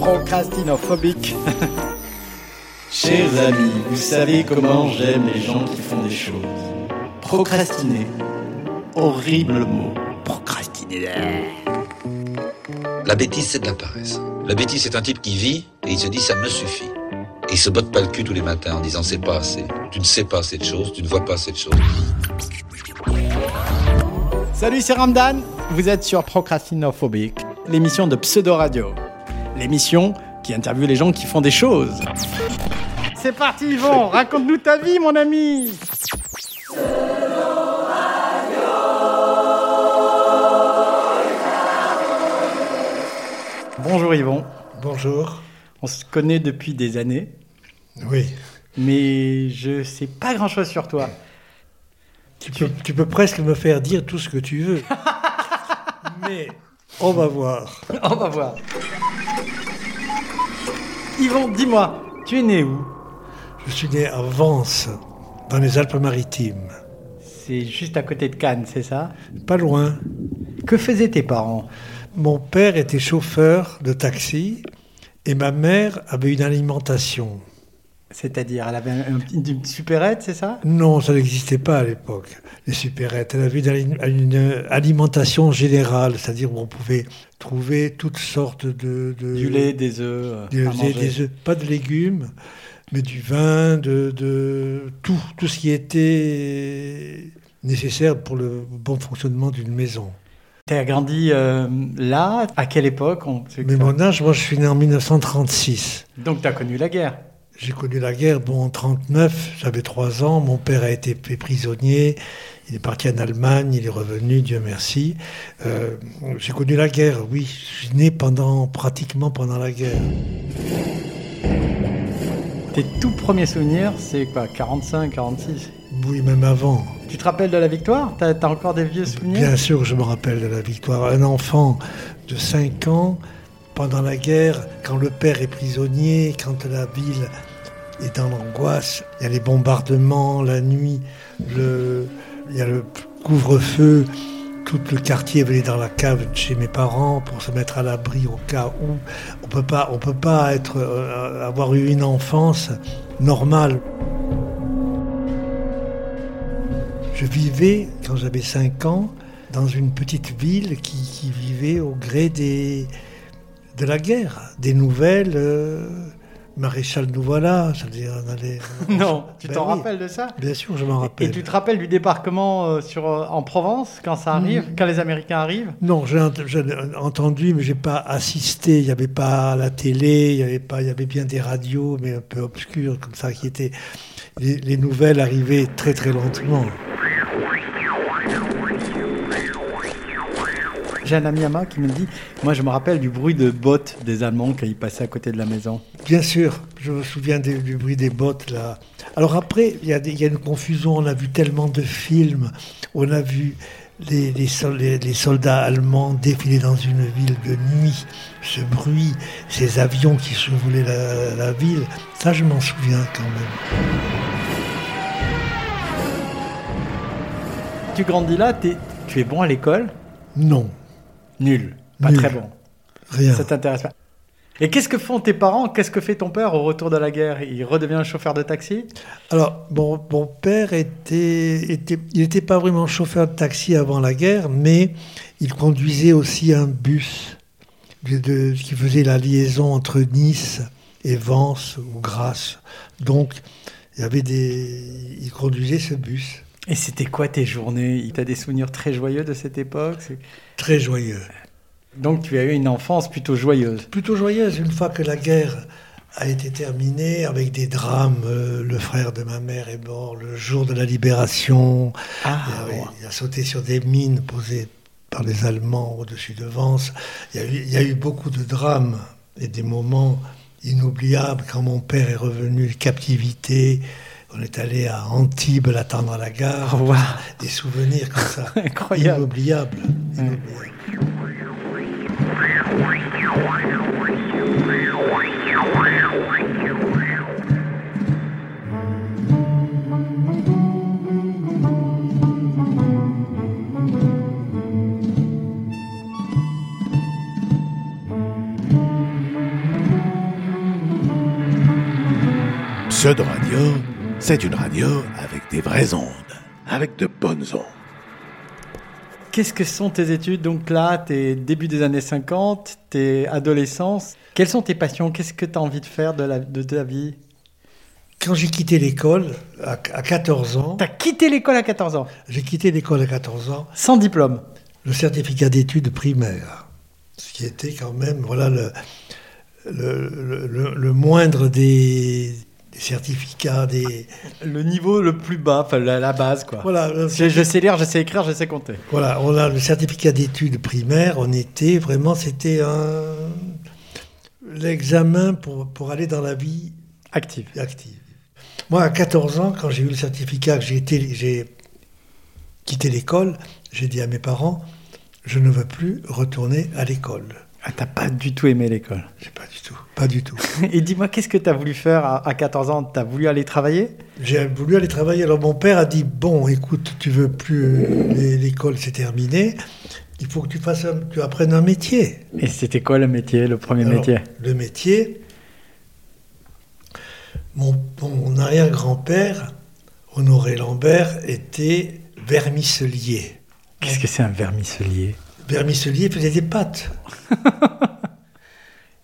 Procrastinophobique. Chers amis, vous savez comment j'aime les gens qui font des choses. Procrastiner. Horrible mot. La bêtise, c'est de la paresse. La bêtise, c'est un type qui vit et il se dit ça me suffit. Et il se botte pas le cul tous les matins en disant c'est pas assez. Tu ne sais pas assez de choses, tu ne vois pas assez de choses. Salut, c'est Ramdan. Vous êtes sur Procrastinophobique, l'émission de Pseudo Radio. L'émission qui interviewe les gens qui font des choses. C'est parti, Yvon. Raconte-nous ta vie, mon ami. Bonjour, Yvon. Bonjour. On se connaît depuis des années. Oui. Mais je sais pas grand chose sur toi. Tu peux, tu peux presque me faire dire tout ce que tu veux. Mais on va voir. On va voir. Yvon, dis-moi, tu es né où Je suis né à Vence, dans les Alpes-Maritimes. C'est juste à côté de Cannes, c'est ça Pas loin. Que faisaient tes parents Mon père était chauffeur de taxi et ma mère avait une alimentation. C'est-à-dire, elle avait un- un petit- une petite supérette, c'est ça Non, ça n'existait pas à l'époque, les supérettes. Elle avait une, ali- une, euh, alimentation générale, c'est-à-dire où on pouvait trouver toutes sortes de... de- Du lait, des œufs. Euh, Des, euh, à des- manger. des œufs, pas de légumes, mais du vin, de, de tout, tout ce qui était nécessaire pour le bon fonctionnement d'une maison. T'as grandi euh, là À quelle époque on... c'est- Mais mon âge, moi je suis né en 1936. Donc t'as connu la guerre. J'ai connu la guerre, bon, en 39, j'avais 3 ans, mon père a été fait prisonnier, il est parti en Allemagne, il est revenu, Dieu merci. Euh, J'ai connu la guerre, oui, je suis né pendant, pratiquement pendant la guerre. Tes tout premiers souvenirs, c'est quoi 45, 46 Oui, même avant. Tu te rappelles de la victoire T'as t'as encore des vieux souvenirs Bien sûr, je me rappelle de la victoire. Un enfant de 5 ans, pendant la guerre, quand le père est prisonnier, quand la ville est dans l'angoisse, il y a les bombardements la nuit, le- il y a le couvre-feu, tout le quartier venait dans la cave de chez mes parents pour se mettre à l'abri au cas où. On peut pas, on peut pas être, euh, avoir eu une enfance normale. Je vivais, quand j'avais 5 ans, dans une petite ville qui, qui vivait au gré des, de la guerre, des nouvelles. euh, maréchal, nous voilà. C'est-à-dire, on allait. Non, tu Ben t'en oui, rappelles de ça Bien sûr, je m'en rappelle. et tu te rappelles du débarquement euh, sur, euh, en Provence, quand ça arrive, Mm. quand les Américains arrivent Non, j'ai ent- j'ai entendu, mais j'ai pas assisté. Il n'y avait pas la télé, il y avait pas, il y avait bien des radios, mais un peu obscures comme ça, qui étaient les, les nouvelles arrivaient très très lentement. J'ai un ami à moi qui me dit Moi, je me rappelle du bruit de bottes des Allemands quand ils passaient à côté de la maison. Bien sûr, je me souviens des- du bruit des bottes là. Alors après, il y, a des- il y a une confusion. On a vu tellement de films. On a vu les, les sol- les- les soldats allemands défiler dans une ville de nuit. Ce bruit, ces avions qui survolaient la, la ville. Ça, je m'en souviens quand même. Tu grandis là, t'es- tu es bon à l'école Non, Nul. Pas Nul. très bon. rien. Ça t'intéresse pas. Et qu'est-ce que font tes parents Qu'est-ce que fait ton père au retour de la guerre Il redevient chauffeur de taxi Alors, bon, mon père était, était- il n'était pas vraiment chauffeur de taxi avant la guerre, mais il conduisait aussi un bus de- de- qui faisait la liaison entre Nice et Vence ou Grasse. Donc, il y avait des, il conduisait ce bus. Et c'était quoi tes journées T'as des souvenirs très joyeux de cette époque C'est- Très joyeux. Donc tu as eu une enfance plutôt joyeuse. plutôt joyeuse une fois que la guerre a été terminée avec des drames. euh, le frère de ma mère est mort le jour de la libération. Ah, il, a, ouais. il a sauté sur des mines posées par les Allemands au-dessus de Vence. Il y, a eu, il y a eu beaucoup de drames et des moments inoubliables quand mon père est revenu de captivité. On est allé à Antibes l'attendre à la gare. Waouh, Des souvenirs comme ça. Oh, Incroyable. Inoubliables. Ouais. Inoubliables. Pseudo Radio, c'est une radio avec des vraies ondes, avec de bonnes ondes. Qu'est-ce que sont tes études Donc là, t'es début des années 50, t'es adolescence. Quelles sont tes passions Qu'est-ce que tu as envie de faire de, la, de ta vie Quand j'ai quitté l'école, à, à 14 ans, T'as quitté l'école à 14 ans, j'ai quitté l'école à 14 ans, sans diplôme. le certificat d'études primaires, ce qui était quand même voilà le, le, le- le- le moindre des, des certificats, des Le niveau le plus bas, enfin la, la base quoi. voilà. le- Je, je sais lire, je sais écrire, je sais compter. Voilà, on a le certificat d'études primaires, on était vraiment, c'était un l'examen pour, pour aller dans la vie Active. active. Moi, à 14 ans, quand j'ai eu le certificat, que j'ai été- j'ai quitté l'école, j'ai dit à mes parents, je ne veux plus retourner à l'école. Ah, t'as pas du tout aimé l'école. J'ai pas du tout, pas du tout. Et dis-moi, qu'est-ce que t'as voulu faire à, à 14 ans T'as voulu aller travailler J'ai voulu aller travailler. Alors mon père a dit, bon, écoute, tu veux plus, euh, l'école c'est terminé, il faut que tu, fasses un- tu apprennes un métier. Et c'était quoi le métier, le premier Alors, métier Le métier. Mon, mon arrière-grand-père, Honoré Lambert, était vermicelier. Qu'est-ce que c'est un vermicelier Vermicelier faisait des pâtes.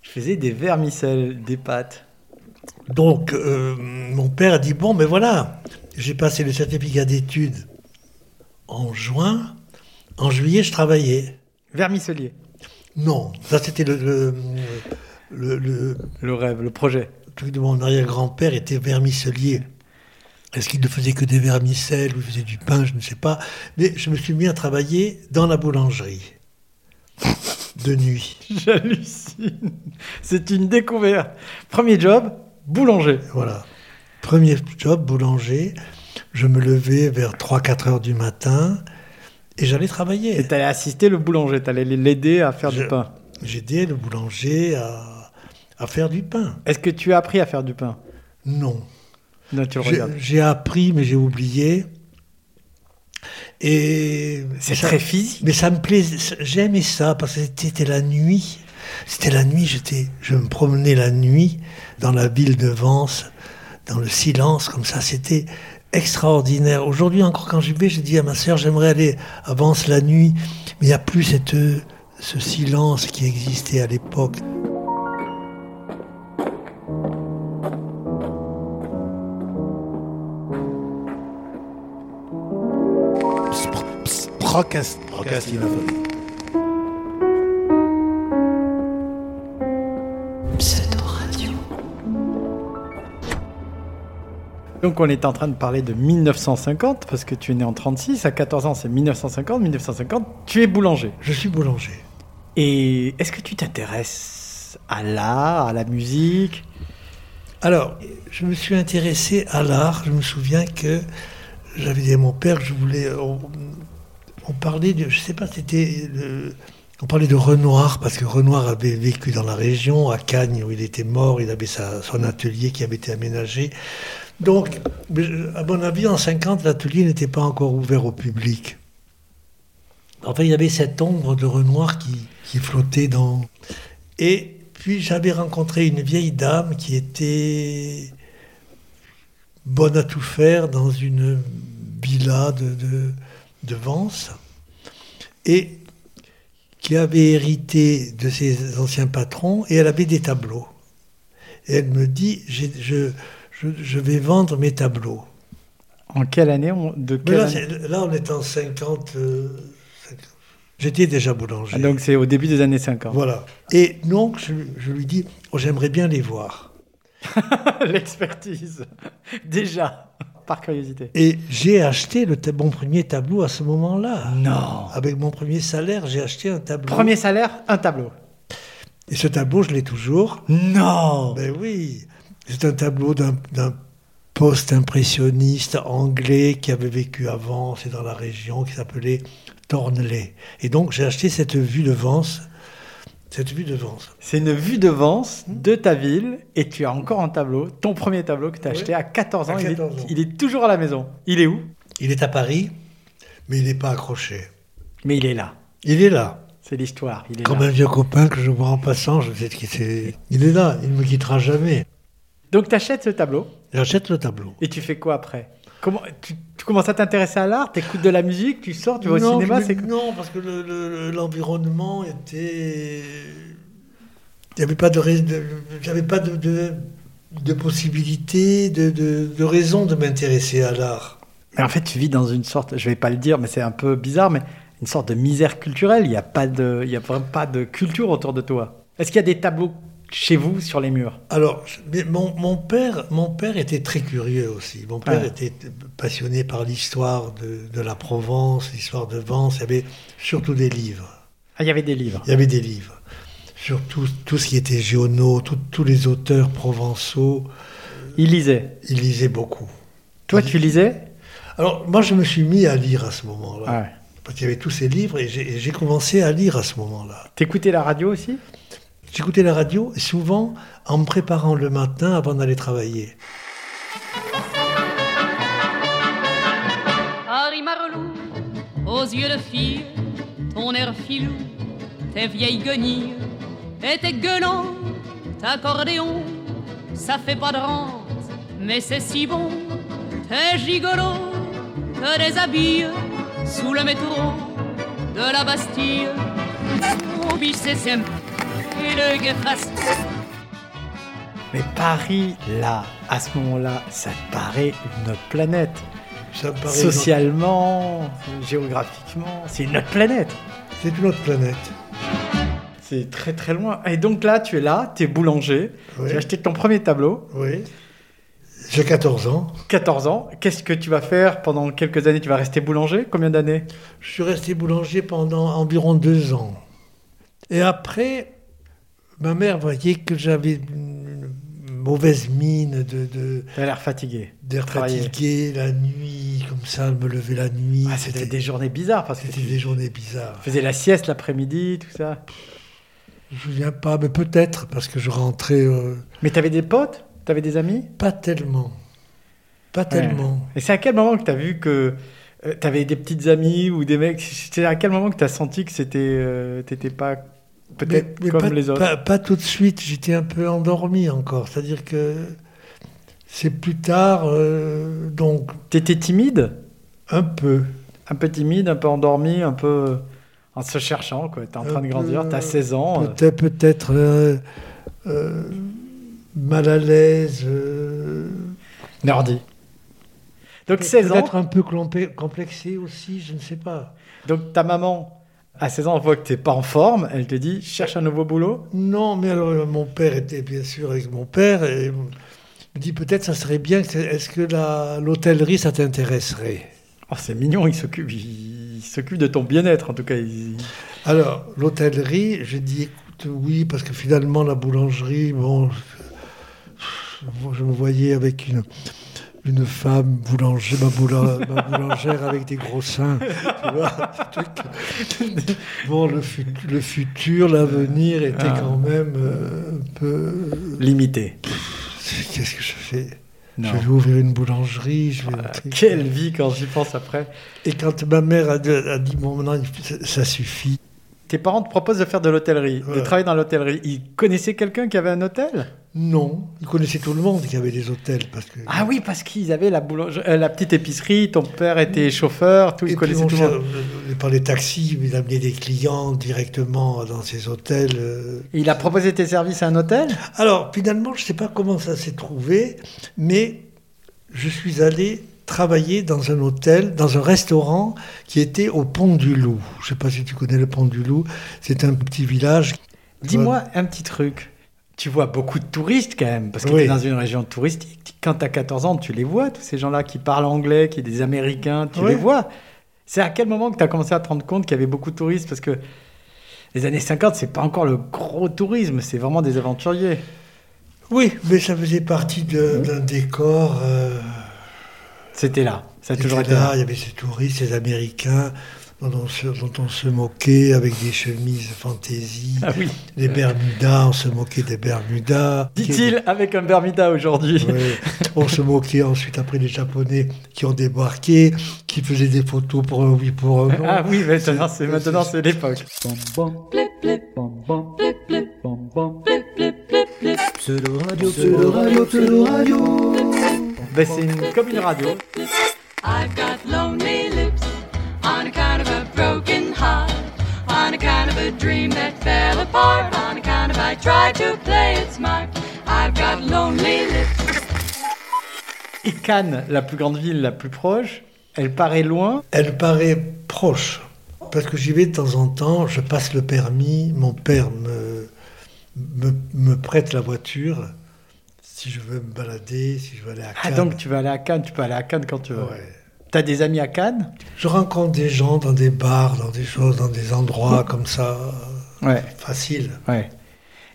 Je faisais des vermicelles, des pâtes. Donc, euh, mon père a dit Bon, mais voilà, j'ai passé le certificat d'études en juin. En juillet, je travaillais. Vermicelier. Non, ça, c'était le- le- le- le, Le rêve, le projet. Le truc de mon arrière-grand-père était vermicelier. Est-ce qu'il ne faisait que des vermicelles ou il faisait du pain, je ne sais pas. Mais je me suis mis à travailler dans la boulangerie. De nuit. J'hallucine. C'est une découverte. Premier job, boulanger. Voilà. Premier job, boulanger. Je me levais vers 3-4 heures du matin et j'allais Et travailler. t'allais assister le boulanger, t'allais l'aider à faire Je- du pain. J'aidais le boulanger à, à faire du pain. Est-ce que tu as appris à faire du pain Non. Non, tu le J'ai- regardes. J'ai appris, mais j'ai oublié. Et C'est ça- très physique. Mais ça me plaisait, j'aimais ça parce que c'était la nuit. C'était la nuit, j'étais, je me promenais la nuit dans la ville de Vence, dans le silence comme ça, c'était extraordinaire. Aujourd'hui encore quand j'y vais, je dis à ma sœur, j'aimerais aller à Vence la nuit, mais il n'y a plus cette, ce silence qui existait à l'époque. Ps- pr- ps- procrast- Procrastinophobie. Donc on est en train de parler de 1950, parce que tu es né en 36, à 14 ans c'est 1950, 1950, tu es boulanger. Je suis boulanger. Et est-ce que tu t'intéresses à l'art, à la musique Alors, je me suis intéressé à l'art. Je me souviens que j'avais dit à mon père, que je voulais. euh, On, on parlait de, je sais pas, c'était. le- On parlait de Renoir parce que Renoir avait vécu dans la région, à Cagnes où il était mort. Il avait sa- son atelier qui avait été aménagé. Donc, mais je- à mon avis, en 50, l'atelier n'était pas encore ouvert au public. Enfin, il y avait cette ombre de Renoir qui, qui flottait dans. Et puis j'avais rencontré une vieille dame qui était bonne à tout faire dans une villa de, de, de Vence et qui avait hérité de ses anciens patrons et elle avait des tableaux. Et elle me dit, J'ai- je, je, je vais vendre mes tableaux. En quelle année on- De Mais quelle là, année c'est- là, on est en 50... euh, 50. J'étais déjà boulanger. Ah, Donc c'est au début des années 50. Voilà. Et donc, je, je lui dis, Oh, j'aimerais bien les voir. L'expertise. Déjà, par curiosité. Et j'ai acheté le ta- mon premier tableau à ce moment-là. Non. Avec mon premier salaire, j'ai acheté un tableau. Premier salaire, un tableau. Et ce tableau, je l'ai toujours. Non Ben oui, c'est un tableau d'un d'un post-impressionniste anglais qui avait vécu à Vence et dans la région, qui s'appelait Tornley. Et donc, j'ai acheté cette vue de Vence. Cette vue de Vence. C'est une vue de Vence, de ta ville, et tu as encore un tableau, ton premier tableau que tu as Oui. acheté à 14 ans. À il est- 14 ans. Il, est, toujours à la maison. Il est où Il est à Paris, mais il n'est pas accroché. Mais il est là. Il est là. C'est l'histoire. Il est Comme là. un vieux copain que je vois en passant, je sais qu'il est... Il est là, il ne me quittera jamais. Donc tu achètes ce tableau. J'achète le tableau. Et tu fais quoi après Comment, tu, tu commences à t'intéresser à l'art, t'écoutes de la musique, tu sors, tu vas non, au cinéma, je- c'est non, parce que le- le- l'environnement était. Il n'y avait pas de, rais- de- j'avais pas de, de, de possibilité, de, de- de raison de m'intéresser à l'art. Mais en fait, tu vis dans une sorte, je vais pas le dire, mais c'est un peu bizarre, mais une sorte de misère culturelle. Il n'y a pas de, il y a vraiment pas de culture autour de toi. Est-ce qu'il y a des tableaux chez vous sur les murs Alors, je- mais mon, mon père, mon père était très curieux aussi. Mon père Ah. était passionné par l'histoire de, de la Provence, l'histoire de Vence. Il y avait surtout des livres. Ah, il y avait des livres. Il y avait des livres sur tout, tout ce qui était Giono, tout- tous les auteurs provençaux. Il lisait. Il lisait beaucoup. Toi, tu lisais Alors, moi, je me suis mis à lire à ce moment-là. Ah ouais. Parce qu'il y avait tous ces livres et j'ai et j'ai commencé à lire à ce moment-là. T'écoutais la radio aussi J'écoutais la radio, et souvent en me préparant le matin avant d'aller travailler. Harry Marlou, aux yeux de fille, ton air filou, tes vieilles guenilles et tes gueulants, t'accordéon, ça fait pas de rente, mais c'est si bon, tes gigolos te déshabillent sous le métro de la Bastille. Mon bicécème et le guéfaste. Mais Paris, là, à ce moment-là, ça te paraît une autre planète. Ça me paraît une autre- Socialement, géographiquement, c'est une autre planète. C'est une autre planète. C'est très très loin. Et donc là, tu es là, tu es boulanger, Oui. tu as acheté ton premier tableau. Oui. J'ai 14 ans. 14 ans, qu'est-ce que tu vas faire pendant quelques années Tu vas rester boulanger Combien d'années Je suis resté boulanger pendant environ deux ans. Et après, ma mère voyait que j'avais une mauvaise mine de, de- Tu as l'air fatigué. d'air Travailler. fatigué la nuit, comme ça, me lever la nuit. Ah, c'était des journées bizarres parce que c'était tu des journées bizarres. faisais la sieste l'après-midi, tout ça. Je ne viens pas, mais peut-être, parce que je rentrais euh, Mais tu avais des potes Tu avais des amis pas tellement. Pas tellement. Et c'est à quel moment que tu as vu que tu avais des petites amies ou des mecs C'est à quel moment que tu as senti que c'était euh, t'étais pas peut-être Mais- mais comme pas, les autres Pas, pas tout de suite, j'étais un peu endormi encore. C'est-à-dire que c'est plus tard, euh, donc Tu étais timide un peu. Un peu timide, un peu endormi, un peu euh, en se cherchant quoi, tu es en Un train de grandir, peu- tu as 16 ans. euh, Peut-être peut-être euh, euh, mal à l'aise. euh, Nordi. Donc 16 ans, peut-être un peu clompé- complexé aussi, je ne sais pas. Donc ta maman, à 16 ans, voit que t'es pas en forme, elle te dit cherche un nouveau boulot. Non, mais alors euh, mon père était bien sûr avec mon père et il me dit peut-être ça serait bien. que- Est-ce que la- l'hôtellerie ça t'intéresserait Oh, c'est mignon, il s'occupe, il, il s'occupe de ton bien-être en tout cas. il- Alors, l'hôtellerie, j'ai dit, écoute, oui, parce que finalement, la boulangerie, bon, moi, je me voyais avec une, une femme boulanger, ma, boula- ma boulangère avec des gros seins, tu vois. ce truc. Bon, le, fut- le futur, l'avenir était Ah. quand même euh, un peu... Limité. Qu'est-ce que je fais Non. Ah, Je vais ouvrir une boulangerie, je vais... un truc. Quelle vie quand j'y pense après. Et quand ma mère a, a dit, bon, non, ça- ça suffit, Tes parents te proposent de faire de l'hôtellerie, de Ouais. travailler dans l'hôtellerie. Ils connaissaient quelqu'un qui avait un hôtel Non, ils connaissaient tout le monde qui avait des hôtels parce que. Ah oui, parce qu'ils avaient la, boulange- euh, la petite épicerie, ton père était chauffeur, tout, Et ils puis connaissaient on tout le monde. cher- par les taxis, ils amenaient des clients directement dans ces hôtels. euh. Et il a proposé tes services à un hôtel Alors finalement, je ne sais pas comment ça s'est trouvé, mais je suis allé travailler dans un hôtel, dans un restaurant qui était au Pont du Loup. Je ne sais pas si tu connais le Pont du Loup. C'est un petit village. Euh, Dis-moi un petit truc. Tu vois beaucoup de touristes quand même, parce que Oui. tu es dans une région touristique. Quand tu as 14 ans, tu les vois, tous ces gens-là qui parlent anglais, qui sont des Américains, tu Ouais. les vois. C'est à quel moment que tu as commencé à te rendre compte qu'il y avait beaucoup de touristes Parce que les années 50, c'est pas encore le gros tourisme, c'est vraiment des aventuriers. Oui, mais ça faisait partie de- d'un décor. euh, C'était là, ça a C'était toujours été là, là. Il y avait ces touristes, ces Américains dont on se, dont on se moquait avec des chemises fantaisie, Ah oui, les Bermudas, on se moquait des Bermudas. dit-il avec un Bermuda aujourd'hui. Ouais. On se moquait ensuite après les Japonais qui ont débarqué, qui faisaient des photos pour un oui, pour un non. Ah oui, maintenant c'est maintenant c'est l'époque. Pseudo radio, pseudo radio, pseudo radio. Ben, c'est une- comme une radio. I've got lonely lips on account of a broken heart, on account of a dream that fell apart, on account of I tried to play it smart. I've got lonely lips. Et Cannes, la plus grande ville, la plus proche, elle paraît loin. Elle paraît proche, parce que j'y vais de temps en temps, je passe le permis, mon père me, me, me prête la voiture si je veux me balader, si je veux aller à Ah, Cannes. donc tu vas aller à Cannes, tu peux aller à Cannes quand tu veux. Ouais. T'as des amis à Cannes Je rencontre des gens dans des bars, dans des choses, dans des endroits comme ça, Ouais, facile. ouais.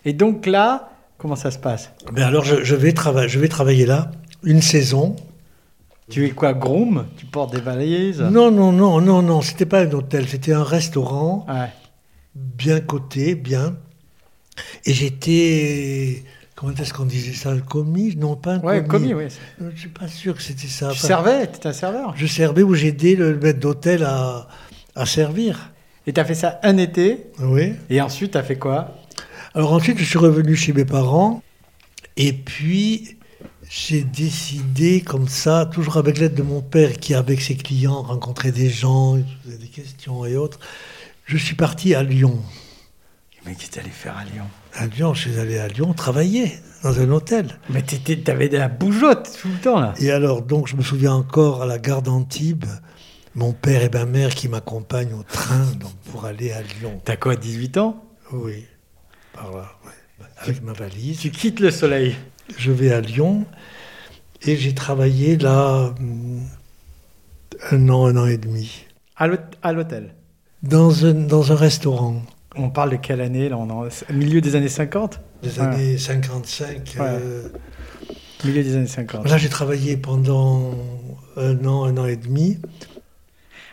Et donc là, comment ça se passe Mais Ben alors je, je vais trava- je vais travailler là une saison. Tu es quoi, groom Tu portes des valises Non, non, non, non, non, c'était pas un hôtel, c'était un restaurant. Ouais. bien coté, bien. Et j'étais. Comment est-ce qu'on disait ça Le commis Non, pas un Ouais, commis, commis. oui. Euh, Je suis pas sûr que c'était ça. Tu Enfin, servais, t'étais un serveur. Je servais ou j'aidais le maître d'hôtel à, à servir. Et t'as fait ça un été, Oui. et ensuite t'as fait quoi Alors ensuite, je suis revenu chez mes parents. Et puis, j'ai décidé comme ça, toujours avec l'aide de mon père qui, avec ses clients, rencontrait des gens, il posait des questions et autres. Je suis parti à Lyon. Mais qu'est-ce que t'allais faire à Lyon À Lyon, je suis allé à Lyon travailler dans un hôtel. Mais t'étais- t'avais de la bougeotte tout le temps, là. Et alors, donc, je me souviens encore à la gare d'Antibes, mon père et ma mère qui m'accompagnent au train donc, pour aller à Lyon. T'as quoi, 18 ans Oui, par là, ouais. avec ma valise. Tu quittes le soleil. Je vais à Lyon et j'ai travaillé là hum, un an, un an et demi, À l'hôt- à l'hôtel. dans un, dans un restaurant On parle de quelle année, là on est en- c'est- Milieu des années 50 des Ouais. années 55. Ouais. euh, Milieu des années 50. là, j'ai travaillé pendant un an, un an et demi.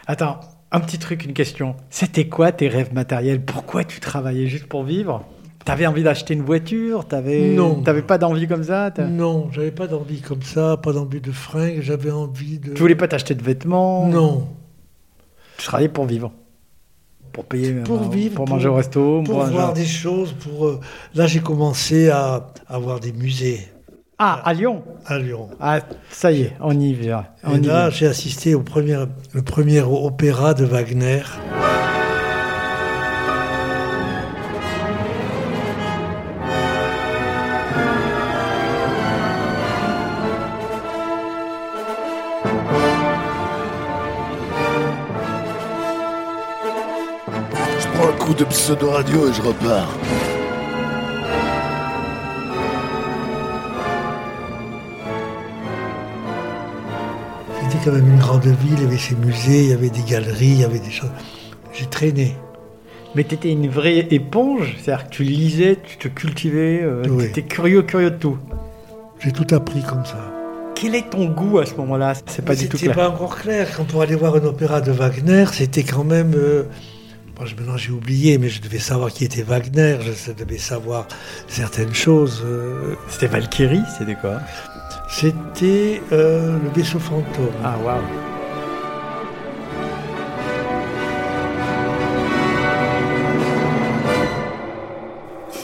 Attends, un petit truc, une question. C'était quoi tes rêves matériels Pourquoi tu travaillais juste pour vivre T'avais envie d'acheter une voiture T'avais Non. T'avais pas d'envie comme ça T'as- Non, j'avais pas d'envie comme ça, pas d'envie de fringues, j'avais envie de... Tu voulais pas t'acheter de vêtements Non. Tu travaillais pour vivre. Pour payer, Pour euh, vivre, pour pour- manger au resto, Pour manger- voir des choses, pour... euh, Là, j'ai commencé à avoir des musées Ah, à Lyon à Lyon. Ah, ça y est, on y vient. On Et y là, vient. j'ai assisté au premier, le premier opéra de Wagner. Je prends un coup de pseudo-radio et je repars. C'était quand même une grande ville, il y avait ses musées, il y avait des galeries, il y avait des choses. J'ai traîné. Mais t'étais une vraie éponge, c'est-à-dire que tu lisais, tu te cultivais, euh, Oui. t'étais curieux, curieux de tout. J'ai tout appris comme ça. Quel est ton goût à ce moment-là C'est pas Mais du tout C'était clair. pas encore clair. Quand pour aller voir un opéra de Wagner, c'était quand même. euh, bon, je- maintenant j'ai oublié, mais je devais savoir qui était Wagner. Je je devais savoir certaines choses. euh, C'était Valkyrie, c'était quoi C'était euh, le vaisseau fantôme. Ah waouh.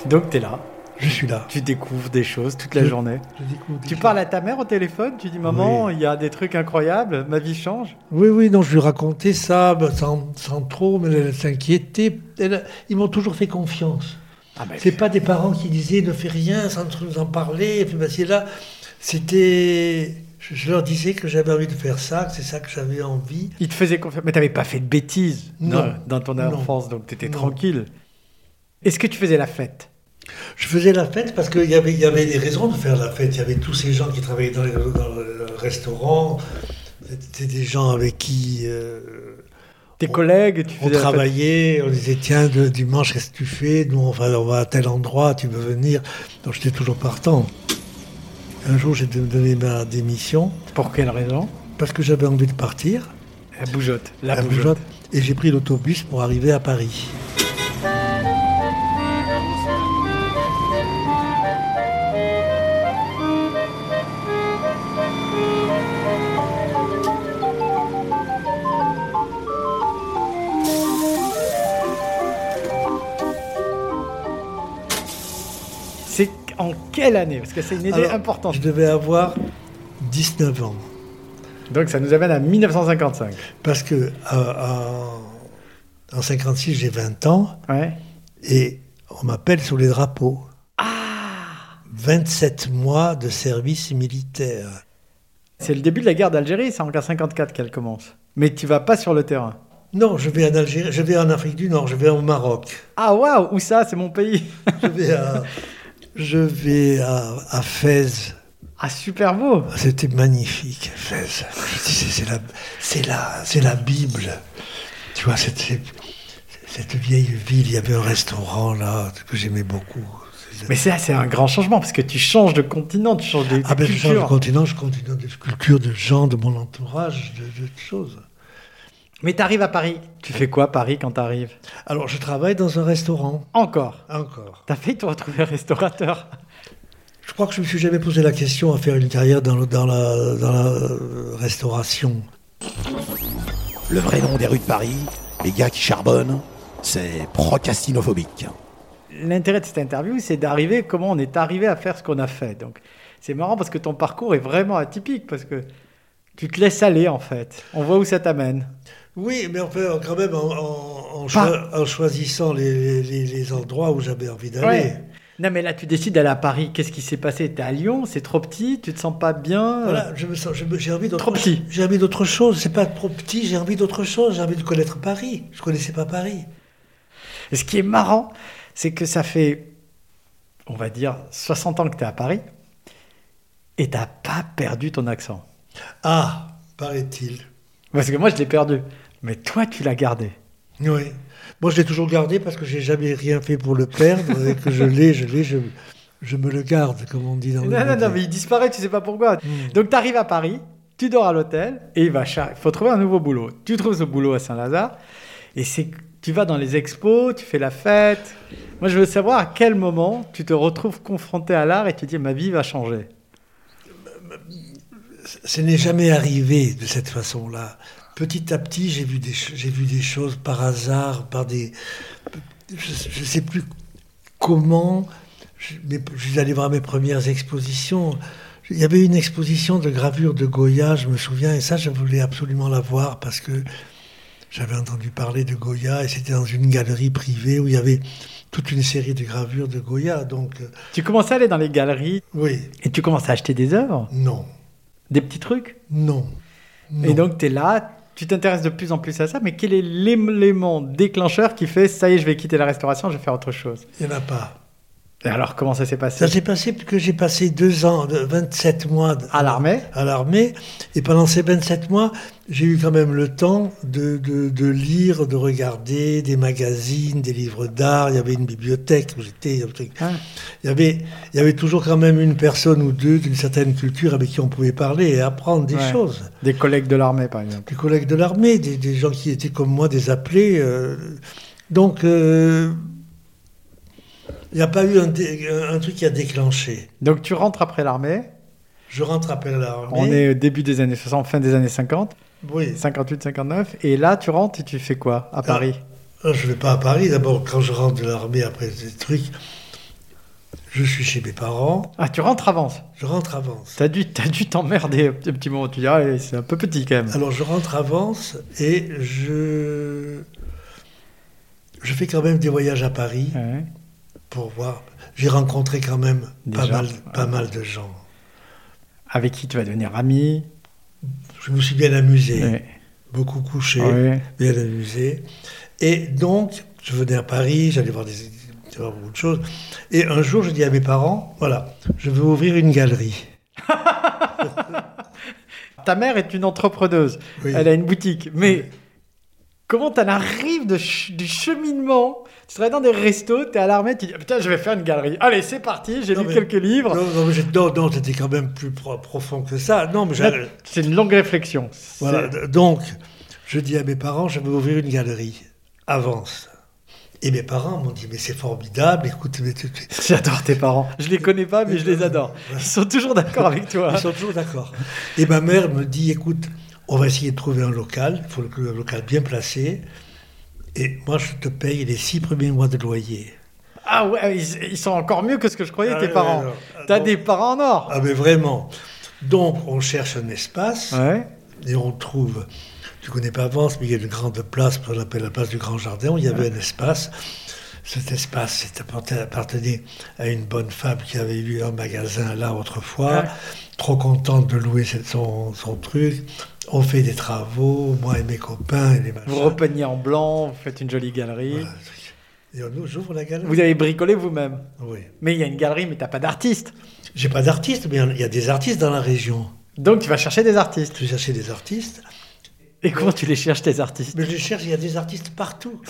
Donc t'es là, Je suis là. tu découvres des choses toute la Je- journée. Je découvre des Tu choses. parles à ta mère au téléphone, tu dis maman, Oui. il y a des trucs incroyables, ma vie change. Oui, oui, non, je lui racontais ça ben, sans, sans trop, mais elle s'inquiétait. Elle- Ils m'ont toujours fait confiance. Ah ben, C'est pas des parents qui disaient ne fais rien sans nous en parler. Et puis, ben, c'est là, c'était. Je je leur disais que j'avais envie de faire ça, que c'est ça que j'avais envie. il te faisait confiance, mais t'avais pas fait de bêtises Non. dans- dans ton Non. enfance, donc t'étais Non. tranquille. Est-ce que tu faisais la fête Je faisais la fête parce qu'il y avait, il y avait des raisons de faire la fête. Il y avait tous ces gens qui travaillaient dans, les- dans le restaurant. C'était des gens avec qui euh, Tes collègues, tu on faisais la fête travaillait. On disait tiens, le dimanche, qu'est-ce que tu fais Nous, on va, on va à tel endroit, tu veux venir Donc j'étais toujours partant. Un jour, j'ai donné ma démission Pour quelle raison parce que j'avais envie de partir. La bougeotte. La, à bougeotte. Bougeotte, Et j'ai pris l'autobus pour arriver à Paris. C'est en quelle année Parce que c'est une idée Alors, importante. Je devais avoir 19 ans. Donc ça nous amène à 1955. Parce que euh, en- en 56, j'ai 20 ans Ouais. et on m'appelle sous les drapeaux. 27 mois de service militaire. C'est le début de la guerre d'Algérie, c'est en 54 qu'elle commence. Mais tu vas pas sur le terrain. Non, je vais en Algérie, je vais en Afrique du Nord, je vais au Maroc. Ah waouh, où ça C'est mon pays. Je vais à, je vais à, à Fès. Ah super beau. C'était magnifique, Fès. Je disais, c'est la, c'est la, c'est la Bible. Tu vois, c'était, cette vieille ville, il y avait un restaurant là que j'aimais beaucoup. Mais ça, c'est un grand changement parce que tu changes de continent, tu changes de, de Ah ben, je change de culture. continent, je continue des cultures de gens, de mon entourage, de, de choses. Mais t'arrives à Paris. Tu fais quoi à Paris quand t'arrives Alors, je travaille dans un restaurant, Encore. encore. T'as failli te retrouver restaurateur. Je crois que je me suis jamais posé la question à faire une carrière dans, le- dans la, dans la euh, restauration. Le vrai nom des rues de Paris, les gars qui charbonnent, c'est procrastinophobique. L'intérêt de cette interview, c'est d'arriver comment on est arrivé à faire ce qu'on a fait. Donc, c'est marrant parce que ton parcours est vraiment atypique parce que tu te laisses aller en fait. On voit où ça t'amène. Oui, mais on peut quand même, en, en- en Pas- choi- en choisissant les, les- les endroits où j'avais envie d'aller. Non, mais là, tu décides d'aller à Paris. Qu'est-ce qui s'est passé T'es à Lyon, c'est trop petit, tu te sens pas bien. Voilà, je me sens, je me- j'ai envie d'autre Trop petit. J'ai envie d'autre chose. C'est pas trop petit. J'ai envie d'autre chose. J'ai envie de connaître Paris. Je connaissais pas Paris. Et ce qui est marrant, c'est que ça fait, on va dire, 60 ans que tu es à Paris et t'as pas perdu ton accent. Ah, paraît-il. Parce que moi, je l'ai perdu. Mais toi, tu l'as gardé. Oui. Moi, je l'ai toujours gardé parce que j'ai jamais rien fait pour le perdre et que je l'ai, je l'ai, je, je me le garde, comme on dit dans le. Non, non, milieu. non, mais il disparaît, tu sais pas pourquoi. Donc, tu arrives à Paris, tu dors à l'hôtel et il va char- faut trouver un nouveau boulot. Tu trouves ce boulot à Saint-Lazare et c'est tu vas dans les expos, tu fais la fête. Moi, je veux savoir à quel moment tu te retrouves confronté à l'art et tu dis ma vie va changer. Ce n'est jamais arrivé de cette façon-là. Petit à petit, j'ai vu des ch- j'ai vu des choses par hasard, par des je ne sais plus comment. Je, mais je suis allé voir mes premières expositions. Il y avait une exposition de gravure de Goya, je me souviens, et ça, je voulais absolument la voir parce que j'avais entendu parler de Goya et c'était dans une galerie privée où il y avait toute une série de gravures de Goya. Donc, euh, Tu commences à aller dans les galeries oui, et tu commences à acheter des œuvres, non, des petits trucs. non. non. Et donc, tu es là, tu t'intéresses de plus en plus à ça, mais quel est l'élément déclencheur qui fait ça y est, je vais quitter la restauration, je vais faire autre chose il n'y en a pas. Et alors, comment ça s'est passé Ça s'est passé parce que j'ai passé deux ans, de- 27 mois de- À l'armée à l'armée. Et pendant ces 27 mois, j'ai eu quand même le temps de, de- de lire, de regarder des magazines, des livres d'art. Il y avait une bibliothèque où j'étais. Il y avait un truc. Ah. Il y avait, il y avait toujours quand même une personne ou deux d'une certaine culture avec qui on pouvait parler et apprendre des Ouais. choses Des collègues de l'armée, par exemple. des collègues de l'armée, des, des gens qui étaient comme moi, des appelés. euh, donc, euh, il n'y a pas eu un, dé- un truc qui a déclenché. Donc, tu rentres après l'armée. Je rentre après l'armée. On est au début des années 60, fin des années 50, Oui. 58, 59. Et là, tu rentres et tu fais quoi à Paris Ah, Je ne vais pas à Paris. D'abord, quand je rentre de l'armée après des trucs, je suis chez mes parents. Ah, tu rentres avant. Je rentre à Vence. T'as dû, t'as dû t'emmerder un petit un petit moment. Tu dis, ah, ouais, c'est un peu petit quand même. Alors je rentre à Vence et je je fais quand même des voyages à Paris Ouais. pour voir. J'ai rencontré quand même Des pas gens, mal ouais. pas mal de gens. Avec qui tu vas devenir ami Je me suis bien amusé, Ouais. Ah beaucoup couché, Ouais. bien amusé. Et donc, je venais à Paris, j'allais voir, des, j'allais voir beaucoup de choses. Et un jour, je dis à mes parents, voilà, je veux ouvrir une galerie. Ta mère est une entrepreneuse. Oui. Elle a une boutique. Mais comment t'en arrives de ch- du cheminement Tu serais dans des restos, t'es à l'armée, tu dis Ah, putain, je vais faire une galerie. Allez, c'est parti, j'ai Non, lu mais- quelques livres. Non, non, mais j'ai- non, non, c'était quand même plus pro- profond que ça. Non, mais Là, j'avais- C'est une longue réflexion. Voilà, C'est- d- donc, je dis à mes parents, je vais ouvrir une galerie. Avance. Et mes parents m'ont dit, mais c'est formidable, écoute, mais tu- tu- J'adore tes parents. Je les connais pas, mais je les adore. Ils sont toujours d'accord avec toi. ils sont toujours d'accord. Et ma mère me dit, écoute, on va essayer de trouver un local, il faut le- un local bien placé, et moi je te paye les six premiers mois de loyer. Ah ouais, ils, ils sont encore mieux que ce que je croyais, Ah tes ouais, parents. ouais, ouais. Ah, T'as donc- des parents en or. Ah mais vraiment Donc, on cherche un espace Ouais. et on trouve. Tu connais pas Vence, mais il y a une grande place, on l'appelle la place du Grand Jardin, où il y avait un espace. Cet espace c'est apporté- appartenait à une bonne femme qui avait eu un magasin là autrefois, trop contente de louer cette- son, son truc. On fait des travaux, moi et mes copains et les machins. Vous repeignez en blanc, vous faites une jolie galerie. Voilà, le truc. Et on- j'ouvre la galerie. Vous avez bricolé vous-même. Oui. Mais il y a une galerie, mais t'as pas d'artiste. J'ai pas d'artiste, mais il y a des artistes dans la région. Donc tu vas chercher des artistes. Je cherchais des artistes, Et comment tu les cherches, tes artistes mais je cherche, il y a des artistes partout.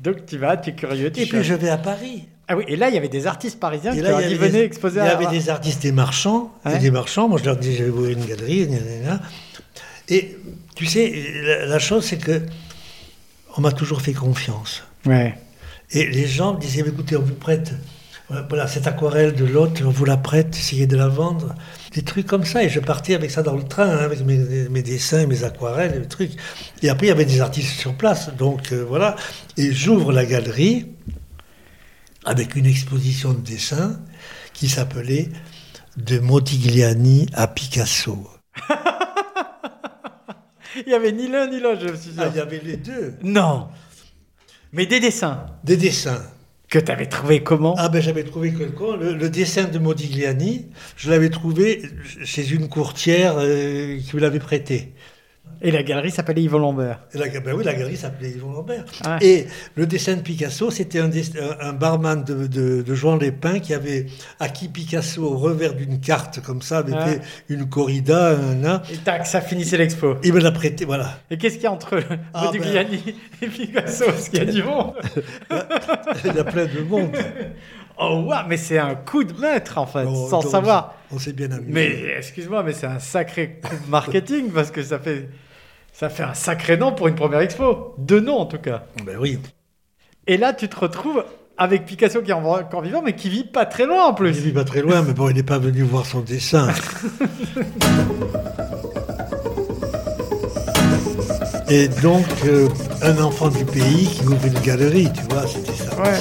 Donc tu vas, tu es curieux, tu Et puis cherches. je vais à Paris. Ah oui, et là, il y avait des artistes parisiens Et qui là, leur il y dit avait venez des- exposer Il y à- avait des artistes, des marchands, et Ouais. des marchands. Moi, je leur dis, je vais ouvrir une galerie. gna, gna, gna. Et tu sais, la, la chose, c'est que on m'a toujours fait confiance. Ouais. Et les gens me disaient, écoutez, on vous prête. Voilà, voilà, cette aquarelle de l'autre, on vous la prête, essayez de la vendre. Des trucs comme ça. Et je partais avec ça dans le train, hein, avec mes, mes dessins, mes aquarelles, et mes trucs. Et après, il y avait des artistes sur place. Donc euh, voilà. Et j'ouvre la galerie avec une exposition de dessins qui s'appelait De Modigliani à Picasso. Il y avait ni l'un ni l'autre, je me suis dit. Ah, il y avait les deux. Non. Mais des dessins Des dessins. que t'avais trouvé comment Ah ben j'avais trouvé quelqu'un, le, le dessin de Modigliani, je l'avais trouvé chez une courtière euh, qui me l'avait prêté. Et la galerie s'appelait Yvon Lambert. Et la, ben oui, la galerie s'appelait Yvon Lambert. Ah. Et le dessin de Picasso, c'était un, dess- un- un barman de, de, de Jean Lépin qui avait acquis Picasso au revers d'une carte comme ça, avec Ah. des- une corrida, un, un. Et tac, ça finissait l'expo. Il me l'a prêté, voilà. Et qu'est-ce qu'il y a entre Ah, Modigliani et Picasso Parce qu'il y a du monde. Il y a plein de monde. Oh waouh, mais c'est un coup de maître en fait, Oh, sans donc, savoir. On s'est bien amusé. Mais excuse-moi, mais c'est un sacré coup de marketing parce que ça fait ça fait un sacré nom pour une première expo. Deux noms en tout cas. Ben oui. Et là, tu te retrouves avec Picasso qui est encore vivant, mais qui vit pas très loin en Il plus. vit pas très loin, mais bon, il n'est pas venu voir son dessin. Et donc, euh, un enfant du pays qui ouvre une galerie, tu vois, c'était ça. Ouais.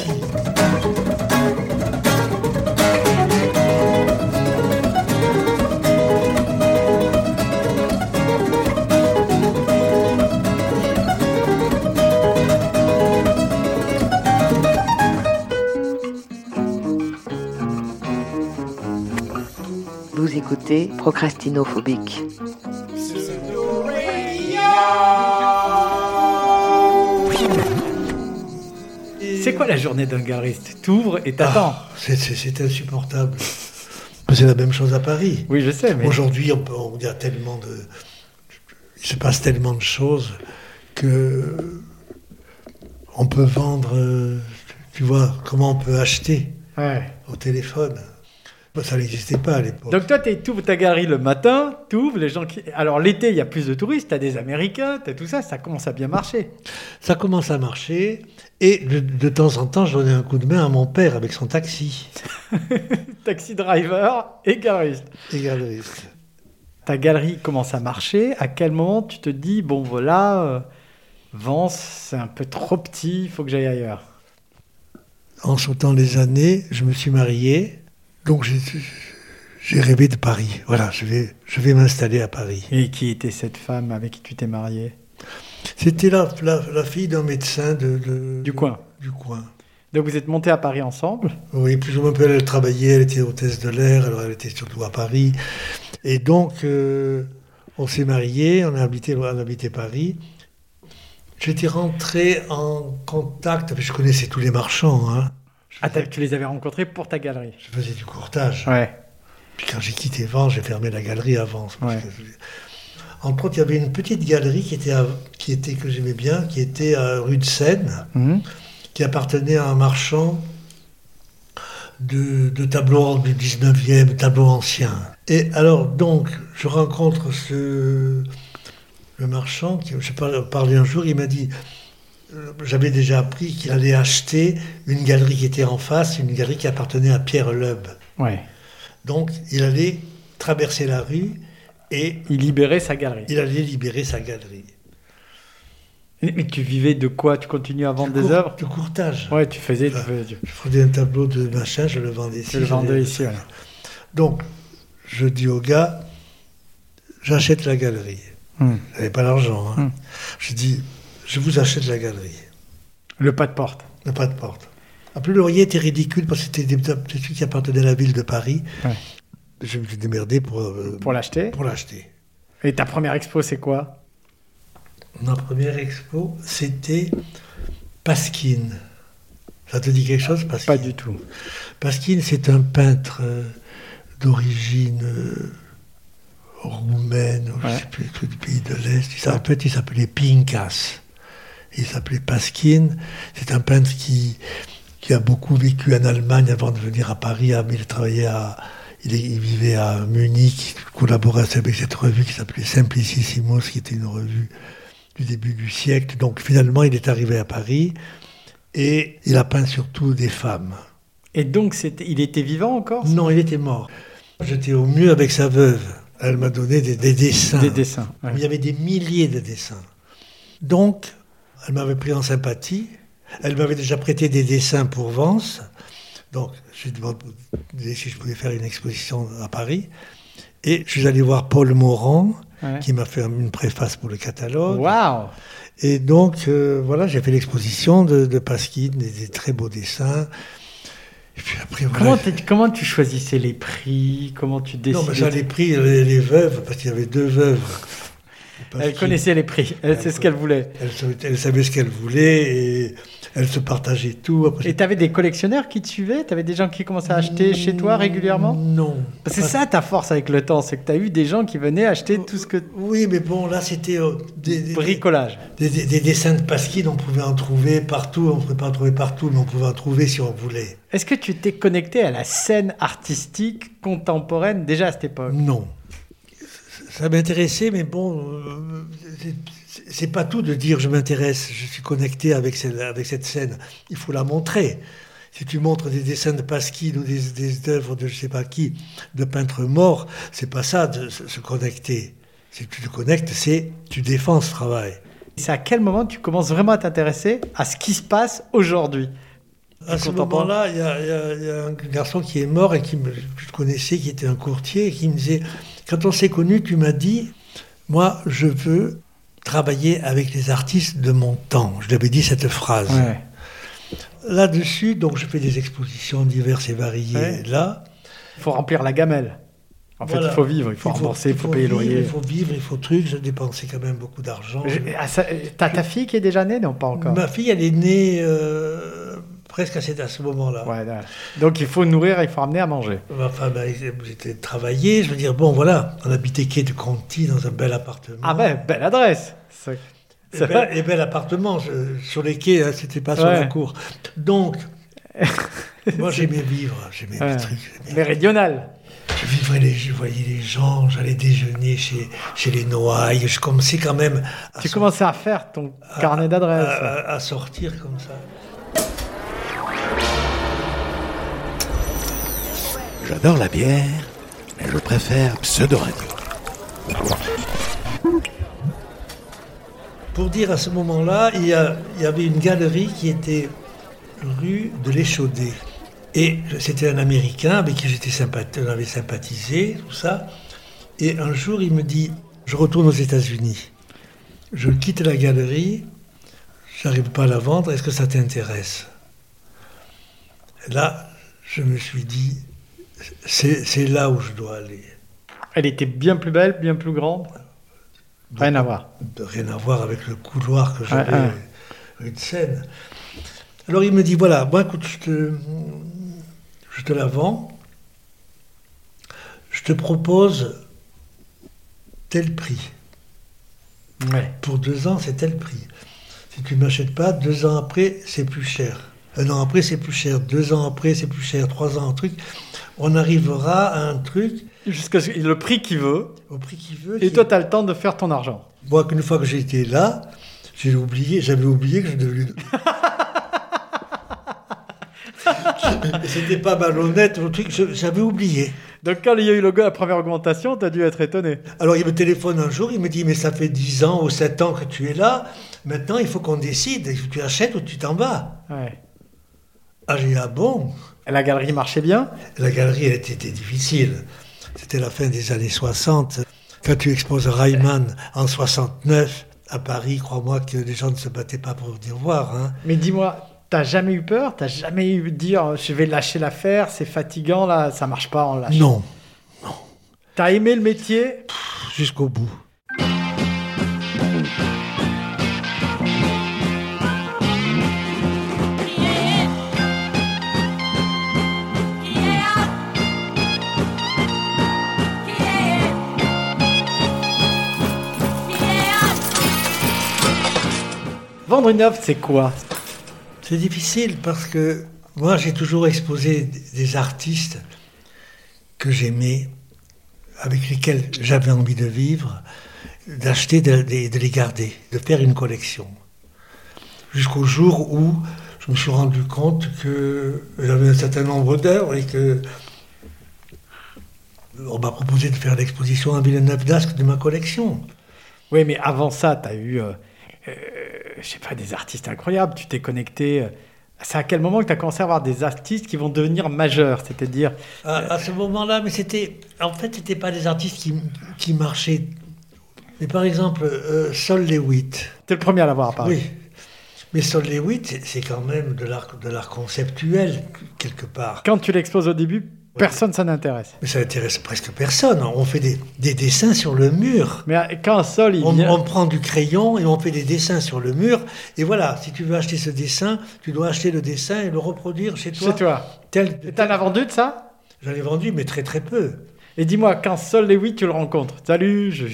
Vous écoutez Procrastinophobique. C'est quoi la journée d'un galeriste T'ouvres et t'attends. Ah, c'est- c'est c'est insupportable. C'est la même chose à Paris. Oui, je sais, mais Aujourd'hui, on peut- on- il y a tellement de. Il se passe tellement de choses que. On peut vendre. euh, Tu vois, comment on peut acheter Ouais. au téléphone. Bah, ça n'existait pas à l'époque. Donc toi, tu ouvres ta galerie le matin, tu ouvres les gens qui... Alors l'été, il y a plus de touristes, tu as des Américains, tu as tout ça, ça commence à bien marcher. Ça commence à marcher. Et de, de temps en temps, je donnais un coup de main à mon père avec son taxi. Taxi driver et galeriste. Et galeriste. Ta galerie commence à marcher, à quel moment tu te dis, bon voilà, euh, Vence, c'est un peu trop petit, il faut que j'aille ailleurs. En sautant les années, je me suis marié. Donc j'ai- j'ai rêvé de Paris. Voilà, je vais, je vais m'installer à Paris. Et qui était cette femme avec qui tu t'es marié C'était la, la, la fille d'un médecin de, de- Du coin. Du coin. Donc vous êtes montés à Paris ensemble Oui, plus ou moins, elle travaillait, elle était hôtesse de l'air, alors elle était surtout à Paris. Et donc, euh, on s'est mariés, on a habité, on habitait Paris. J'étais rentré en contact, je connaissais tous les marchands, hein. je, Ah, t'as- faisais, tu les avais rencontrés pour ta galerie je faisais du courtage. Ouais. Puis quand j'ai quitté Vence, j'ai fermé la galerie à Vence. parce Ouais. que je- Entre autres, il y avait une petite galerie qui était, à- qui était que j'aimais bien, qui était à rue de Seine Mhm. qui appartenait à un marchand de, de tableaux du 19e, tableaux anciens. Et alors, donc, je rencontre ce, le marchand, qui, je par- parlais un jour, il m'a dit, euh, j'avais déjà appris qu'il allait acheter une galerie qui était en face, une galerie qui appartenait à Pierre Loeb. Ouais. Donc, il allait traverser la rue et Il libérait sa galerie. il allait libérer sa galerie. Mais tu vivais de quoi Tu continues à vendre des Cour- œuvres De courtage. Ouais, tu faisais. Tu Enfin, faisais tu- Je prenais un tableau de machin, je le vendais ici. tu le je l'ai- vendais ici, voilà. Donc, je dis au gars, j'achète la galerie. Hmm. J'avais pas l'argent. hein. Hmm. Je dis, je vous achète la galerie. Le pas de porte. Le pas de porte. En plus, le loyer était ridicule parce que c'était des, des trucs qui appartenaient à la ville de Paris. Ouais. Je me suis démerdé pour, euh, Pour l'acheter. pour l'acheter. Et ta première expo, c'est quoi Ma première expo, c'était Pasquine. Ça te dit quelque chose, Pasquine Pas du tout. Pasquine, c'est un peintre euh, d'origine euh, roumaine, ou je Ouais. sais plus, truc du pays de l'Est. Il s'appelait- En fait, il s'appelait Pincas. Il s'appelait Pasquine. C'est un peintre qui, qui a beaucoup vécu en Allemagne avant de venir à Paris. Ah, mais Il travaillait à. Il, est- il vivait à Munich, il collaborait avec cette revue qui s'appelait Simplicissimus, qui était une revue du début du siècle. Donc finalement, il est arrivé à Paris et il a peint surtout des femmes. Et donc, c'était- il était vivant encore Oh, Non, il était mort. J'étais au mieux avec sa veuve. Elle m'a donné des, des dessins. Des dessins. ouais. Il y avait des milliers de dessins. Donc, elle m'avait pris en sympathie. Elle m'avait déjà prêté des dessins pour Vence. Donc, j'ai demandé si je pouvais faire une exposition à Paris. Et je suis allé voir Paul Morand, Ouais. qui m'a fait une préface pour le catalogue. Waouh Et donc, euh, voilà, j'ai fait l'exposition de, de Pasquine, des, des très beaux dessins. Et puis après, voilà, comment, j'ai- t'es- comment tu choisissais les prix Comment tu Non, mais décidais j'avais pris les, les veuves, parce qu'il y avait deux veuves. Parce Elle que- connaissait les prix. Elle sait Elle ce qu'elle voulait. Elle, se- elle savait ce qu'elle voulait et elle se partageait tout. Après, Et t'avais des collectionneurs qui te suivaient T'avais des gens qui commençaient à acheter chez toi régulièrement Mm, Non. Parce que C'est Parce- ça ta force avec le temps, c'est que t'as eu des gens qui venaient acheter tout ce que... Oui, mais bon, là, c'était euh, des, des- Bricolage. des- des- des dessins de Pasquine, on pouvait en trouver partout. On ne pouvait pas en trouver partout, mais on pouvait en trouver si on voulait. Est-ce que tu t'es connecté à la scène artistique contemporaine déjà à cette époque Non. euh, Ça m'intéressait, mais bon, euh, c'est- c'est pas tout de dire je m'intéresse, je suis connecté avec cette, avec cette scène. Il faut la montrer. Si tu montres des dessins de Pasquine ou des, des œuvres de je sais pas qui, de peintres morts, c'est pas ça de se, se connecter. Si tu te connectes, c'est tu défends ce travail. C'est à quel moment tu commences vraiment à t'intéresser à ce qui se passe aujourd'hui À ce contemporain. moment-là, il y, a- il y a- il y a un garçon qui est mort et qui me, que je connaissais, qui était un courtier, et qui me disait Quand on s'est connu, tu m'as dit, moi, je veux travailler avec les artistes de mon temps. Je lui avais dit cette phrase. Là-dessus, donc, je fais des expositions diverses et variées. Ouais. Là, Il faut remplir la gamelle. En fait, Voilà. il faut vivre, il faut rembourser, il faut, payer le vivre, loyer. Il faut vivre, il faut truc. Je dépensais quand même beaucoup d'argent. Je- ah, ça- T'as ta fille qui est déjà née Non, pas encore. Ma fille, elle est née euh, presque à cet- à ce moment-là. Ouais, ouais. Donc il faut nourrir, il faut amener à manger. Ma femme a été travaillée, je veux dire, bon voilà, on habitait quai de Conti dans un bel appartement. Ah ben, belle adresse C'est- Et c'est bel, vrai. et bel appartement, je- sur les quais, hein, c'était pas sur Ouais. la cour. Donc, moi j'aimais vivre, j'aimais Ouais. les trucs. j'aimais- Méridional. Je vivrais, les, je voyais les gens, j'allais déjeuner chez, chez les Noailles, je commençais quand même à, Tu sor- commences à faire ton carnet à- d'adresse. à- à sortir comme ça. J'adore la bière, mais je préfère pseudo-radio. Pour dire à ce moment-là, il y, a- il y avait une galerie qui était rue de l'Échaudé. Et c'était un Américain avec qui j'étais sympath- on avait sympathisé, tout ça. Et un jour, il me dit, je retourne aux États-Unis. Je quitte la galerie, j'arrive pas à la vendre, est-ce que ça t'intéresse Là, je me suis dit, c'est c'est là où je dois aller. Elle était bien plus belle, bien plus grande. Rien à voir. de rien à voir avec le couloir que j'avais, Ouais, ouais. euh, une scène. Alors il me dit voilà, moi écoute, je te, je te la vends, je te propose tel prix. Ouais. Pour deux ans, c'est tel prix. Si tu ne m'achètes pas, deux ans après, c'est plus cher. Un an après, c'est plus cher. Deux ans après, c'est plus cher. Trois ans, un truc. On arrivera à un truc Jusqu'à ce- le prix qu'il veut. au prix qu'il veut. Et qui- toi, t'as le temps de faire ton argent. Moi, qu'une fois que j'étais là, j'ai oublié, j'avais oublié que je devais. C'était pas malhonnête, le truc, je- j'avais oublié. Donc quand il y a eu le, la première augmentation, t'as dû être étonné. Alors il me téléphone un jour, il me dit Mais ça fait 10 ans ou 7 ans que tu es là, maintenant il faut qu'on décide, tu achètes ou tu t'en vas. Ouais. Ah, j'ai dit Ah bon La galerie marchait bien. La galerie, elle était, était difficile. C'était la fin des années 60. Quand tu exposes Rayman en 69 à Paris, crois-moi que les gens ne se battaient pas pour dire voir. Hein. Mais dis-moi, t'as jamais eu peur T'as jamais eu dire euh, je vais lâcher l'affaire, c'est fatigant là, ça marche pas, on lâche. Non, T'as aimé le métier jusqu'au bout. Vendre une œuvre, c'est quoi C'est difficile parce que moi j'ai toujours exposé d- des artistes que j'aimais, avec lesquels j'avais envie de vivre, d'acheter, de, de- de les garder, de faire une collection. Jusqu'au jour où je me suis rendu compte que j'avais un certain nombre d'œuvres et que on m'a proposé de faire l'exposition à Villeneuve d'Ascq de ma collection. Oui, mais avant ça, t'as eu, euh, euh, je sais pas, des artistes incroyables. Tu t'es connecté. euh, C'est à quel moment que t'as commencé à avoir des artistes qui vont devenir majeurs C'est-à-dire, À, à ce moment-là, mais c'était. En fait, c'était pas des artistes qui, qui marchaient. Mais par exemple, euh, Sol Lewitt. t'es le premier à l'avoir à Paris. Oui. Mais Sol Lewitt, c'est- c'est quand même de l'art de l'art conceptuel, quelque part. Quand tu l'exposes au début, personne ça n'intéresse. Mais ça intéresse presque personne. On fait des, des dessins sur le mur. Mais euh, quand un sol, il On, vient. on prend du crayon et on fait des dessins sur le mur. Et voilà, si tu veux acheter ce dessin, tu dois acheter le dessin et le reproduire chez toi. Chez toi. Tel, Et T'en as vendu de ça J'en ai vendu, mais très très peu. Et dis-moi, quand Sol Lewy, tu le rencontres. Salut, je, je-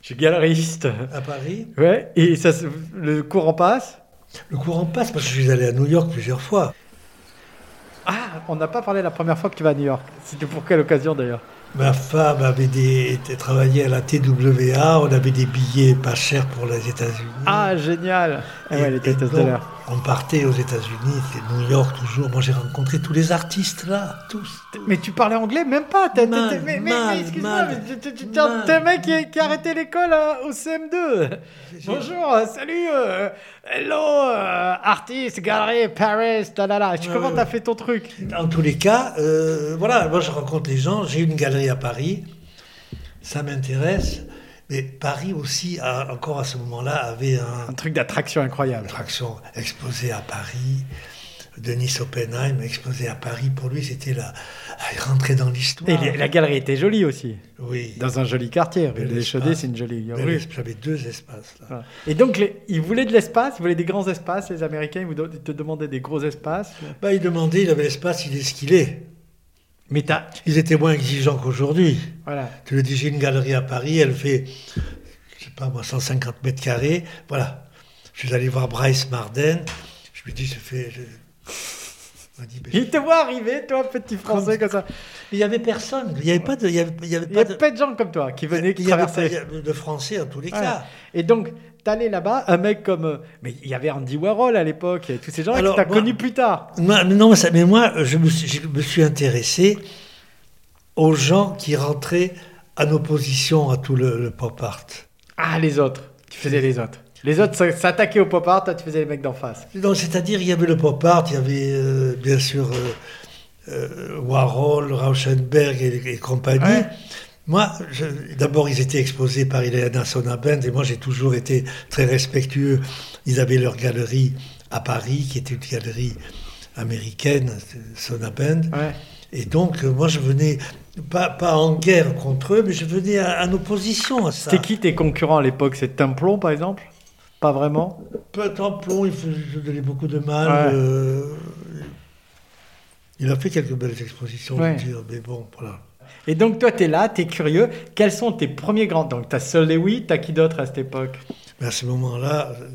je suis galeriste. À Paris, Ouais, et ça, se- le courant passe. Le courant passe parce que je suis allé à New York plusieurs fois. Ah, on n'a pas parlé la première fois que tu vas à New York. C'était pour quelle occasion d'ailleurs Ma femme avait des, était- travaillait à la TWA, on avait des billets pas chers pour les États-Unis. Ah, génial Ah ouais, Et- les et têtes de donc, l'heure. On partait aux États-Unis, c'était New York toujours. Moi j'ai rencontré tous les artistes là, tous. Mais tu parlais anglais même pas t'as- t'as- Mal, t'as- Mais, mais- mal, mais excuse-moi, mal, mais tu- tu- tu- t'es un- mal. t'es un mec qui, qui a arrêté l'école euh, au CM2. Bonjour, euh, salut, euh, hello, euh, artiste, galerie, Paris, talala. Je sais Ouais, comment ouais, t'as ouais. fait ton truc En tous les cas, euh, voilà, moi je rencontre les gens, j'ai une galerie à Paris, ça m'intéresse. Mais Paris aussi, a- encore à ce moment-là, avait un, Un truc d'attraction incroyable. Traction exposée à Paris. Denis Oppenheim exposé à Paris, pour lui, c'était la rentrer dans l'histoire. Et les- la galerie était jolie aussi. Oui. Dans un joli quartier, rue Bel des espace. Chaudiers, c'est une jolie Bel rue. esp- J'avais deux espaces. Là. Voilà. Et donc, les- ils voulaient de l'espace, ils voulaient des grands espaces, les Américains, ils, vous don- ils te demandaient des gros espaces. Bah, il demandait, il avait l'espace, il est ce qu'il est. Mais t'as. Ils étaient moins exigeants qu'aujourd'hui. Voilà. Tu le dis, j'ai une galerie à Paris, elle fait, je sais pas moi, 150 mètres carrés. Voilà. Je suis allé voir Bryce Marden. Je lui dis, je fais. je- Il m'a dit, mais- Ils te voient arriver, toi, petit français comme ça. Il y avait personne. Il n'y avait pas de. Il y avait, il y avait Il y a pas de... plein de gens comme toi qui venaient, qui Il y avait pas- traversaient. il y avait de français en tous les Voilà. cas. Et donc, t'allais là-bas, un mec comme. euh, Mais il y avait Andy Warhol à l'époque, et tous ces gens-là que Alors, t'as moi- connus plus tard. Moi, mais non, ça- mais moi, je me, suis, je me suis intéressé aux gens qui rentraient en opposition à tout le, le pop art. Ah, les autres. Tu faisais les autres. Les autres s- s'attaquaient au pop art, toi, tu faisais les mecs d'en face. Donc, c'est-à-dire, il y avait le pop art, il y avait euh, bien sûr euh, euh, Warhol, Rauschenberg et, et compagnie. Ouais. Moi, je- d'abord, ils étaient exposés par Ileana Sonabend et moi, j'ai toujours été très respectueux. Ils avaient leur galerie à Paris, qui était une galerie américaine, Sonabend. Ouais. Et donc, euh, moi, je venais, pas, pas en guerre contre eux, mais je venais en- en opposition à ça. C'était qui tes concurrents à l'époque C'est Templon, par exemple Pas vraiment Peu Templon, il faisait je donnais beaucoup de mal. Ouais. euh, il a fait quelques belles expositions, Ouais. je veux dire, mais bon, voilà. Et donc, toi, tu es là, tu es curieux. Quels sont tes premiers grands Donc, tu as Sol Lewy, tu as qui d'autre à cette époque Mais à ce moment-là, euh,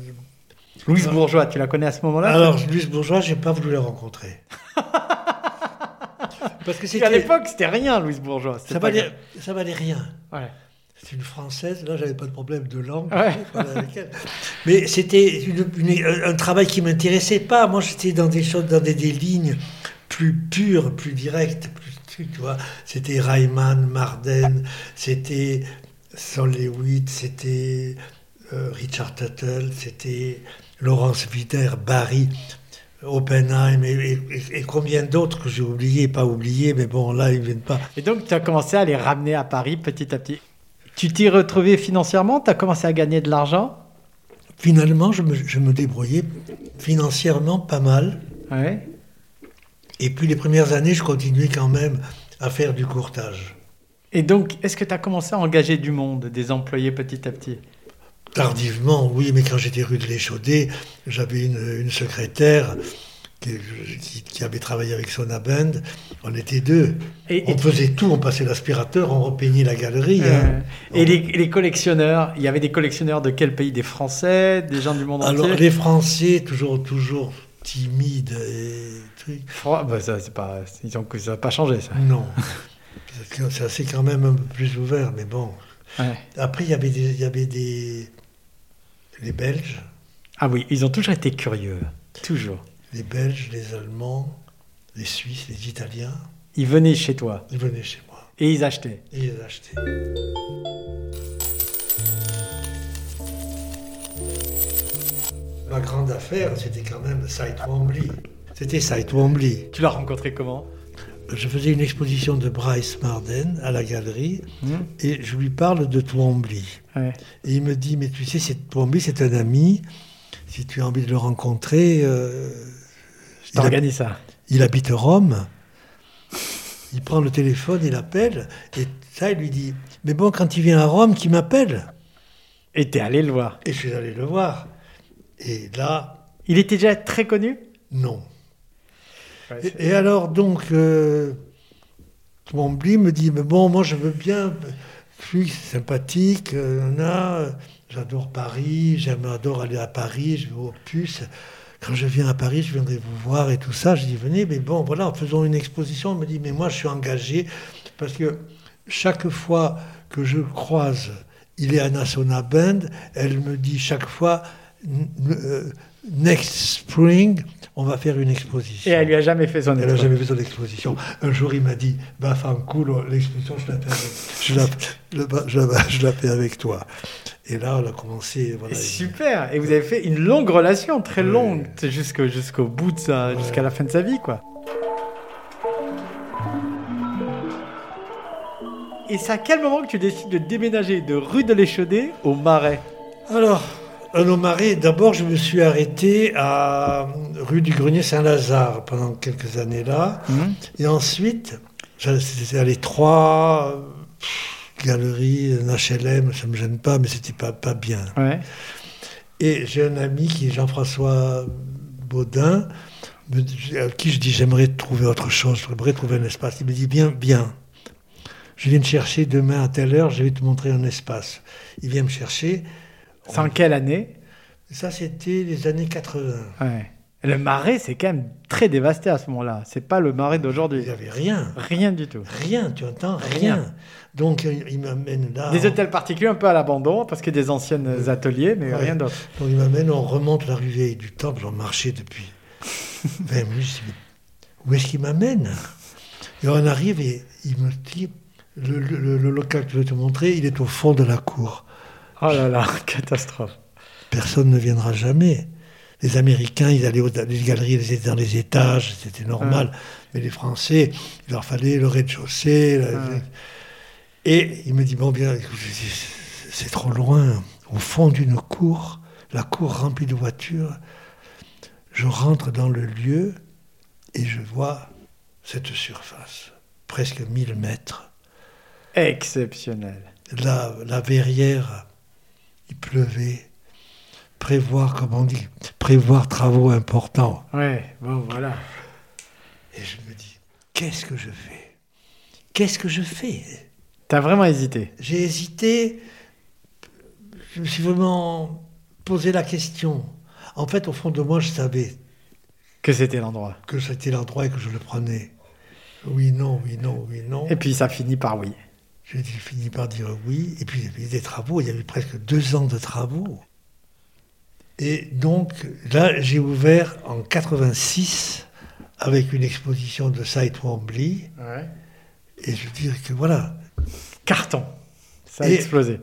Louise Bourgeois, tu la connais à ce moment-là alors, Luis Bourgeois, j'ai pas voulu la rencontrer. Parce que Parce qu'à c'était. l'époque, c'était rien, Louise Bourgeois. c'était Ça pas valait, ça valait rien. grave. Ouais. C'est une française, là j'avais pas de problème de langue, Ouais. je parlais avec elle. mais c'était une- une- un travail qui m'intéressait pas. Moi j'étais dans des choses, dans des, des lignes plus pures, plus directes, plus tu tu vois. C'était Rayman, Marden, c'était Sol Lewitt, c'était euh, Richard Tuttle, c'était Laurence Viter, Barry. Oppenheim et, et- et combien d'autres que j'ai oublié, pas oublié, mais bon là ils viennent pas. Et donc, tu as commencé à les ramener à Paris petit à petit. Tu t'es retrouvé financièrement, tu as commencé à gagner de l'argent. Finalement, je me, je me débrouillais financièrement pas mal. Ouais. Et puis les premières années, je continuais quand même à faire du courtage. Et donc, est-ce que tu as commencé à engager du monde, des employés petit à petit Tardivement, oui, mais quand j'étais rue de l'Échaudé, j'avais une, une secrétaire qui, qui- qui avait travaillé avec Sona Band. On était deux. Et- on et- faisait tout, on passait l'aspirateur, on repeignait la galerie. Euh, hein. Et les, les collectionneurs, il y avait des collectionneurs de quel pays Des Français, des gens du monde Alors entier les Français, toujours, toujours timides et trucs. Fro- bah, ça, c'est pas, ils ont, ça n'a pas changé, ça. Non. Ça, c'est quand même un peu plus ouvert, mais bon. Ouais. Après, il y avait des. Il y avait des... Les Belges, Ah oui, ils ont toujours été curieux. Toujours. les Belges, les Allemands, les Suisses, les Italiens, Ils venaient chez toi ils venaient chez moi et ils achetaient. et ils achetaient. Ma grande affaire, c'était quand même Side Wombly. C'était Side Wombly. Tu l'as rencontré comment Je faisais une exposition de Bryce Marden à la galerie et je lui parle de Twombly. Ouais. Et il me dit, mais tu sais, c'est Twombly, c'est un ami. Si tu as envie de le rencontrer, euh, Je il, hab- t'organise ça. il habite Rome. Il prend le téléphone, il appelle. Et ça, il lui dit, mais bon, quand il vient à Rome, qui m'appelle Et t'es allé le voir. Et je suis allé le voir. Et là, Il était déjà très connu non. Et, et alors, donc, euh, Twombly me dit, mais bon, moi, je veux bien, je suis sympathique, euh, nana, euh, j'adore Paris, j'adore aller à Paris, je vais au puce. Quand je viens à Paris, je viendrai vous voir et tout ça. Je dis, venez, mais bon, voilà, faisons une exposition. Il me dit, mais moi, je suis engagé parce que chaque fois que je croise il est Anna Sona Band, elle me dit chaque fois, N- euh, next spring, on va faire une exposition. Et elle lui a jamais fait son Elle n'a étoile. jamais vu son exposition. Un jour, il m'a dit Bah, femme, cool, l'exposition, je la fais avec, je la, le ba- je la- je la fais avec toi. Et là, on a commencé. Voilà, Super Et vous avez fait une longue relation, très longue, c'est jusqu'au jusqu'au bout de sa, jusqu'à la fin de sa vie, quoi. Et c'est à quel moment que tu décides de déménager de rue de l'Échaudé au Marais Alors, un au Marais, d'abord, je me suis arrêté à euh, rue du Grenier Saint-Lazare pendant quelques années là. Et ensuite, j'allais c'était les trois euh, pff, galeries, un HLM, ça me gêne pas, mais c'était pas, pas bien. Ouais. Et j'ai un ami qui est Jean-François Baudin, me dit- à qui je dis j'aimerais trouver autre chose, j'aimerais trouver un espace. Il me dit bien, bien. Je viens te chercher demain à telle heure, je vais te montrer un espace. Il vient me chercher. C'est en quelle année Ça, c'était les années 80. Ouais. Le Marais, c'est quand même très dévasté à ce moment-là. C'est pas le Marais Il d'aujourd'hui. n'y avait rien. Rien du tout. Rien, tu entends Rien. Rien. Donc, euh, il m'amène là. Des on- hôtels particuliers un peu à l'abandon, parce que des anciennes ateliers, mais Ah. Ouais. rien d'autre. Donc, il m'amène, on remonte la rue Vieille du Temple, on marchait depuis 20 minutes. je dis, mais Où est-ce qu'il m'amène Et on arrive et il me dit le, le- le- le local que je vais te montrer, il est au fond de la cour. Oh là là, catastrophe. Personne ne viendra jamais. Les Américains, ils allaient aux dans les galeries, ils étaient dans les étages, c'était normal. Mais les Français, il leur fallait le rez-de-chaussée. la- Et il me dit, bon, bien, écoute, je dis, c'est trop loin. Au fond d'une cour, la cour remplie de voitures, je rentre dans le lieu et je vois cette surface, presque 1000 mètres. Exceptionnel. La, la verrière, il pleuvait. Prévoir, comme on dit, prévoir travaux importants. Ouais, bon, voilà. Et je me dis, qu'est-ce que je fais Qu'est-ce que je fais T'as vraiment hésité. J'ai hésité. Je me suis vraiment posé la question. En fait, au fond de moi, je savais que c'était l'endroit. que c'était l'endroit et que je le prenais. Oui, non, oui, non, oui, non. Et puis ça finit par oui. J'ai dit- fini par dire oui. Et puis, il y avait des travaux. Il y avait presque deux ans de travaux. Et donc, là, j'ai ouvert en 86 avec une exposition de Side Wombly. Et je veux dire que voilà, Carton. Ça a Et- explosé.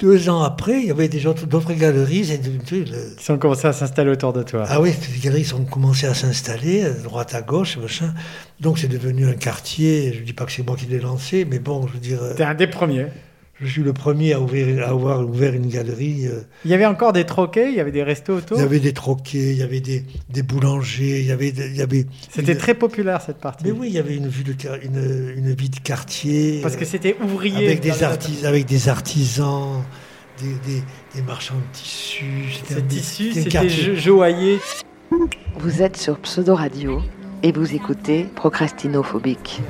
deux ans après, il y avait déjà d'autres galeries. Et tu- tu- le- Ils ont commencé à s'installer autour de toi. Ah oui, les galeries ont commencé à s'installer, à droite à gauche, machin. Donc c'est devenu un quartier. Je ne dis pas que c'est moi qui l'ai lancé, mais bon, je veux dire, euh, T'es un des premiers. Je suis le premier à, ouvrir, à avoir ouvert une galerie. euh, Il y avait encore des troquets, il y avait des restos autour. Il y avait des troquets, il y avait des, des boulangers, il y avait. des- il y avait C'était une- très populaire cette partie. Mais oui, il y avait une, vue de, car- une, une vie de quartier. Parce que euh, c'était ouvrier. avec dans des, les- artisans, avec des artisans, des, des- des marchands de tissus. C'était Ces un- tissus, c'était un c'était jo- quartier. joaillier. Vous êtes sur Pseudo Radio et vous écoutez Procrastinophobique.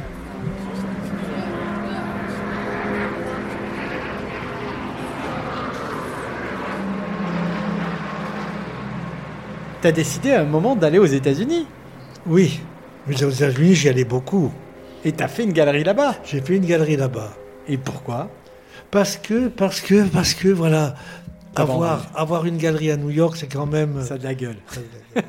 T'as décidé à un moment d'aller aux États-Unis Oui, mais aux États-Unis, j'y allais beaucoup. et t'as fait une galerie là-bas. J'ai fait une galerie là-bas. Et pourquoi Parce que, parce que, parce que, voilà, T'as avoir, avoir une galerie à New York, c'est quand même. euh, Ça a de la gueule.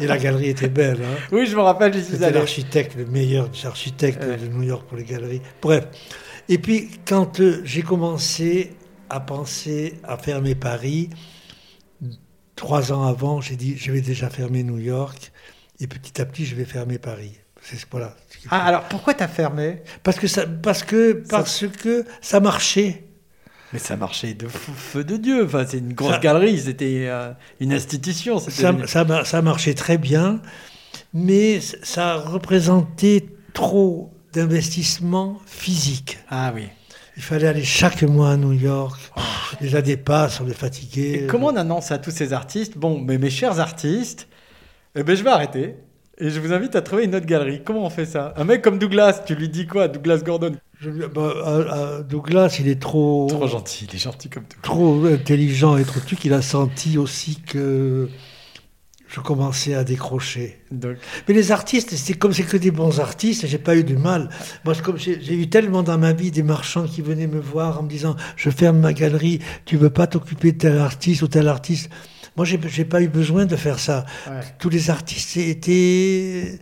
Et la galerie était belle. Hein. Oui, je me rappelle, j'y suis C'était allé. l'architecte, le meilleur des architectes Ouais. de New York pour les galeries. Bref. Et puis, quand euh, j'ai commencé à penser à fermer Paris, trois ans avant, j'ai dit je vais déjà fermer New York et petit à petit, je vais fermer Paris. C'est ce voilà. ce qu'il faut. Ah, alors pourquoi t'as fermé Parce que ça, parce que, parce que ça marchait. Mais ça marchait de fou- feu de Dieu. Enfin, c'est une grosse Ça- galerie, c'était euh, une institution. c'était ça, devenu- ça mar- ça marchait très bien, mais ça représentait trop d'investissements physiques. Ah oui. Il fallait aller chaque mois à New York. Déjà des passes, on est fatigué. Oh. Et euh, comment on annonce à tous ces artistes Bon, mais mes chers artistes, eh ben, je vais arrêter. Et je vous invite à trouver une autre galerie. Comment on fait ça Un mec comme Douglas, tu lui dis quoi Douglas Gordon Oh. Je- bah, à- à Douglas, il est trop, Trop gentil, il est gentil comme tout. trop intelligent et trop truc. Il a senti aussi que je commençais à décrocher. Donc, Mais les artistes, c'est comme c'est que des bons artistes, j'ai pas eu du mal. Moi, c'est comme j'ai j'ai eu tellement dans ma vie des marchands qui venaient me voir en me disant Je ferme ma galerie, tu veux pas t'occuper de tel artiste ou tel artiste. Moi, j'ai j'ai pas eu besoin de faire ça. Ouais. Tous les artistes étaient.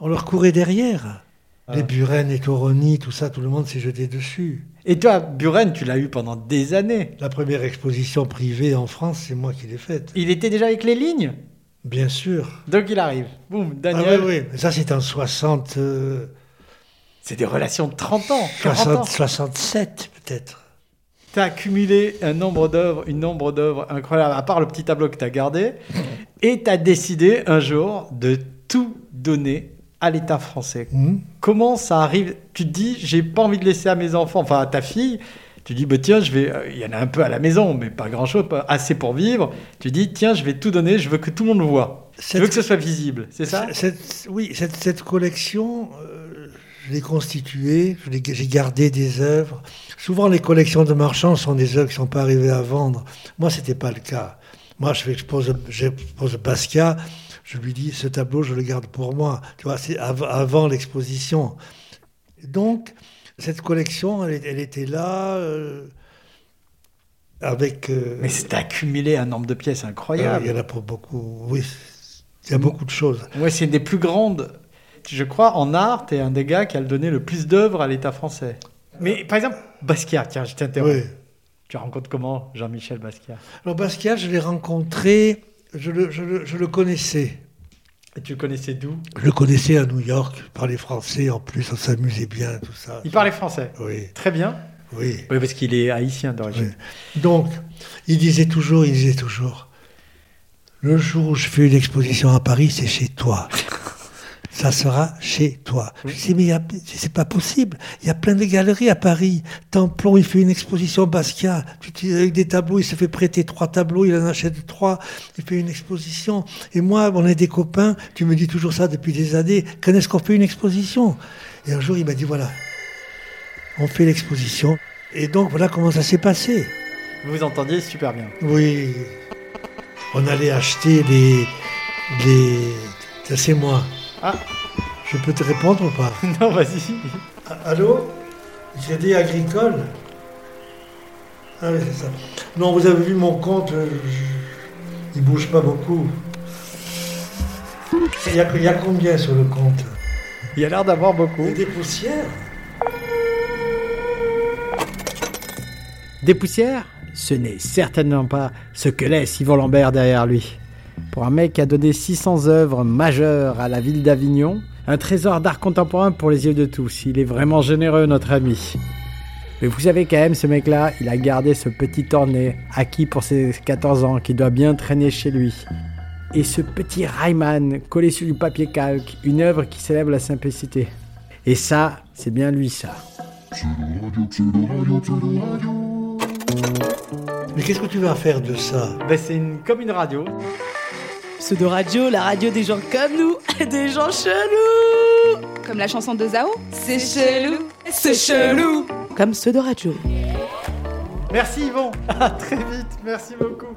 On leur courait derrière. Ah. Les Buren, les Toroni, tout ça, tout le monde s'est jeté dessus. Et toi, Buren, tu l'as eu pendant des années. La première exposition privée en France, c'est moi qui l'ai faite. Il était déjà avec les lignes Bien sûr. Donc il arrive. Boum, Ah Daniel. oui, oui. Ça, c'est en 60. euh, C'est des relations de 30 ans, 40 ans. 60, 67 peut-être. T'as accumulé un nombre d'œuvres, une nombre d'œuvres incroyable, à part le petit tableau que t'as gardé. Et t'as décidé un jour de tout donner à l'État français. Hmm. Comment ça arrive Tu te dis, j'ai pas envie de laisser à mes enfants, enfin à ta fille. Tu dis, bah, tiens, je vais. euh, Il y en a un peu à la maison, mais pas grand-chose, pas assez pour vivre. Tu dis, tiens, je vais tout donner, je veux que tout le monde le voit. Je Cette- veux que ce soit visible, c'est ça cette- Oui, cette, cette collection, euh, je l'ai constituée, je l'ai- j'ai gardé des œuvres. Souvent, les collections de marchands sont des œuvres qui ne sont pas arrivées à vendre. Moi, c'était pas le cas. Moi, je fais- j'expose j'expose Basquiat, je lui dis ce tableau, je le garde pour moi. Tu vois, c'est av- avant l'exposition. Donc, cette collection, elle, est- elle était là. euh, avec. euh, Mais c'est accumulé un nombre de pièces incroyable. il y en a pour beaucoup. Oui, il y a beaucoup de choses. Ouais, c'est une des plus grandes. Je crois, en art, t'es un des gars qui a donné le plus d'œuvres à l'État français. Mais par exemple, Basquiat, tiens, je t'interromps. Oui. Tu rencontres comment Jean-Michel Basquiat Alors Basquiat, je l'ai rencontré, je le, je le- je le connaissais. Et tu le connaissais d'où Je le connaissais à New York, il parlait français en plus, on s'amusait bien, tout ça. Il parlait français. Oui, Très bien. oui. Oui, parce qu'il est haïtien d'origine. Donc, il disait toujours, il disait toujours, le jour où je fais une exposition à Paris, c'est chez toi. Ça sera chez toi. Je dis, mais il y a- c'est pas possible. Il y a plein de galeries à Paris. Templon, il fait une exposition Basquiat. Tu te dis, Avec des tableaux, il se fait prêter trois tableaux, il en achète trois. Il fait une exposition. Et moi, on est des copains. Tu me dis toujours ça depuis des années. Quand est-ce qu'on fait une exposition Et un jour, il m'a dit, voilà, on fait l'exposition. Et donc, voilà comment ça s'est passé. Vous Vous entendiez super bien. Oui. On allait acheter des. des. Tiens, C'est moi. Ah. Je peux te répondre ou pas non, vas-y. A- Allô J'ai dit agricole Ah oui, c'est ça. Non, vous avez vu mon compte, euh, je- il bouge pas beaucoup. Il y, a, il y a combien sur le compte Il a l'air d'avoir beaucoup. Des poussières Des poussières Ce n'est certainement pas ce que laisse Yvon Lambert derrière lui. Pour un mec qui a donné 600 œuvres majeures à la ville d'Avignon, un trésor d'art contemporain pour les yeux de tous, il est vraiment généreux notre ami. Mais vous savez quand même, ce mec-là, il a gardé ce petit orné acquis pour ses 14 ans, qui doit bien traîner chez lui. Et ce petit Rayman collé sur du papier calque, une œuvre qui célèbre la simplicité. Et ça, c'est bien lui, ça. Mais qu'est-ce que tu vas faire de ça Ben, c'est une, comme une radio. Pseudo radio, la radio des gens comme nous, des gens chelous. Comme la chanson de Zao C'est chelou, c'est chelou. Comme pseudo radio. Merci Yvon, à très vite, merci beaucoup.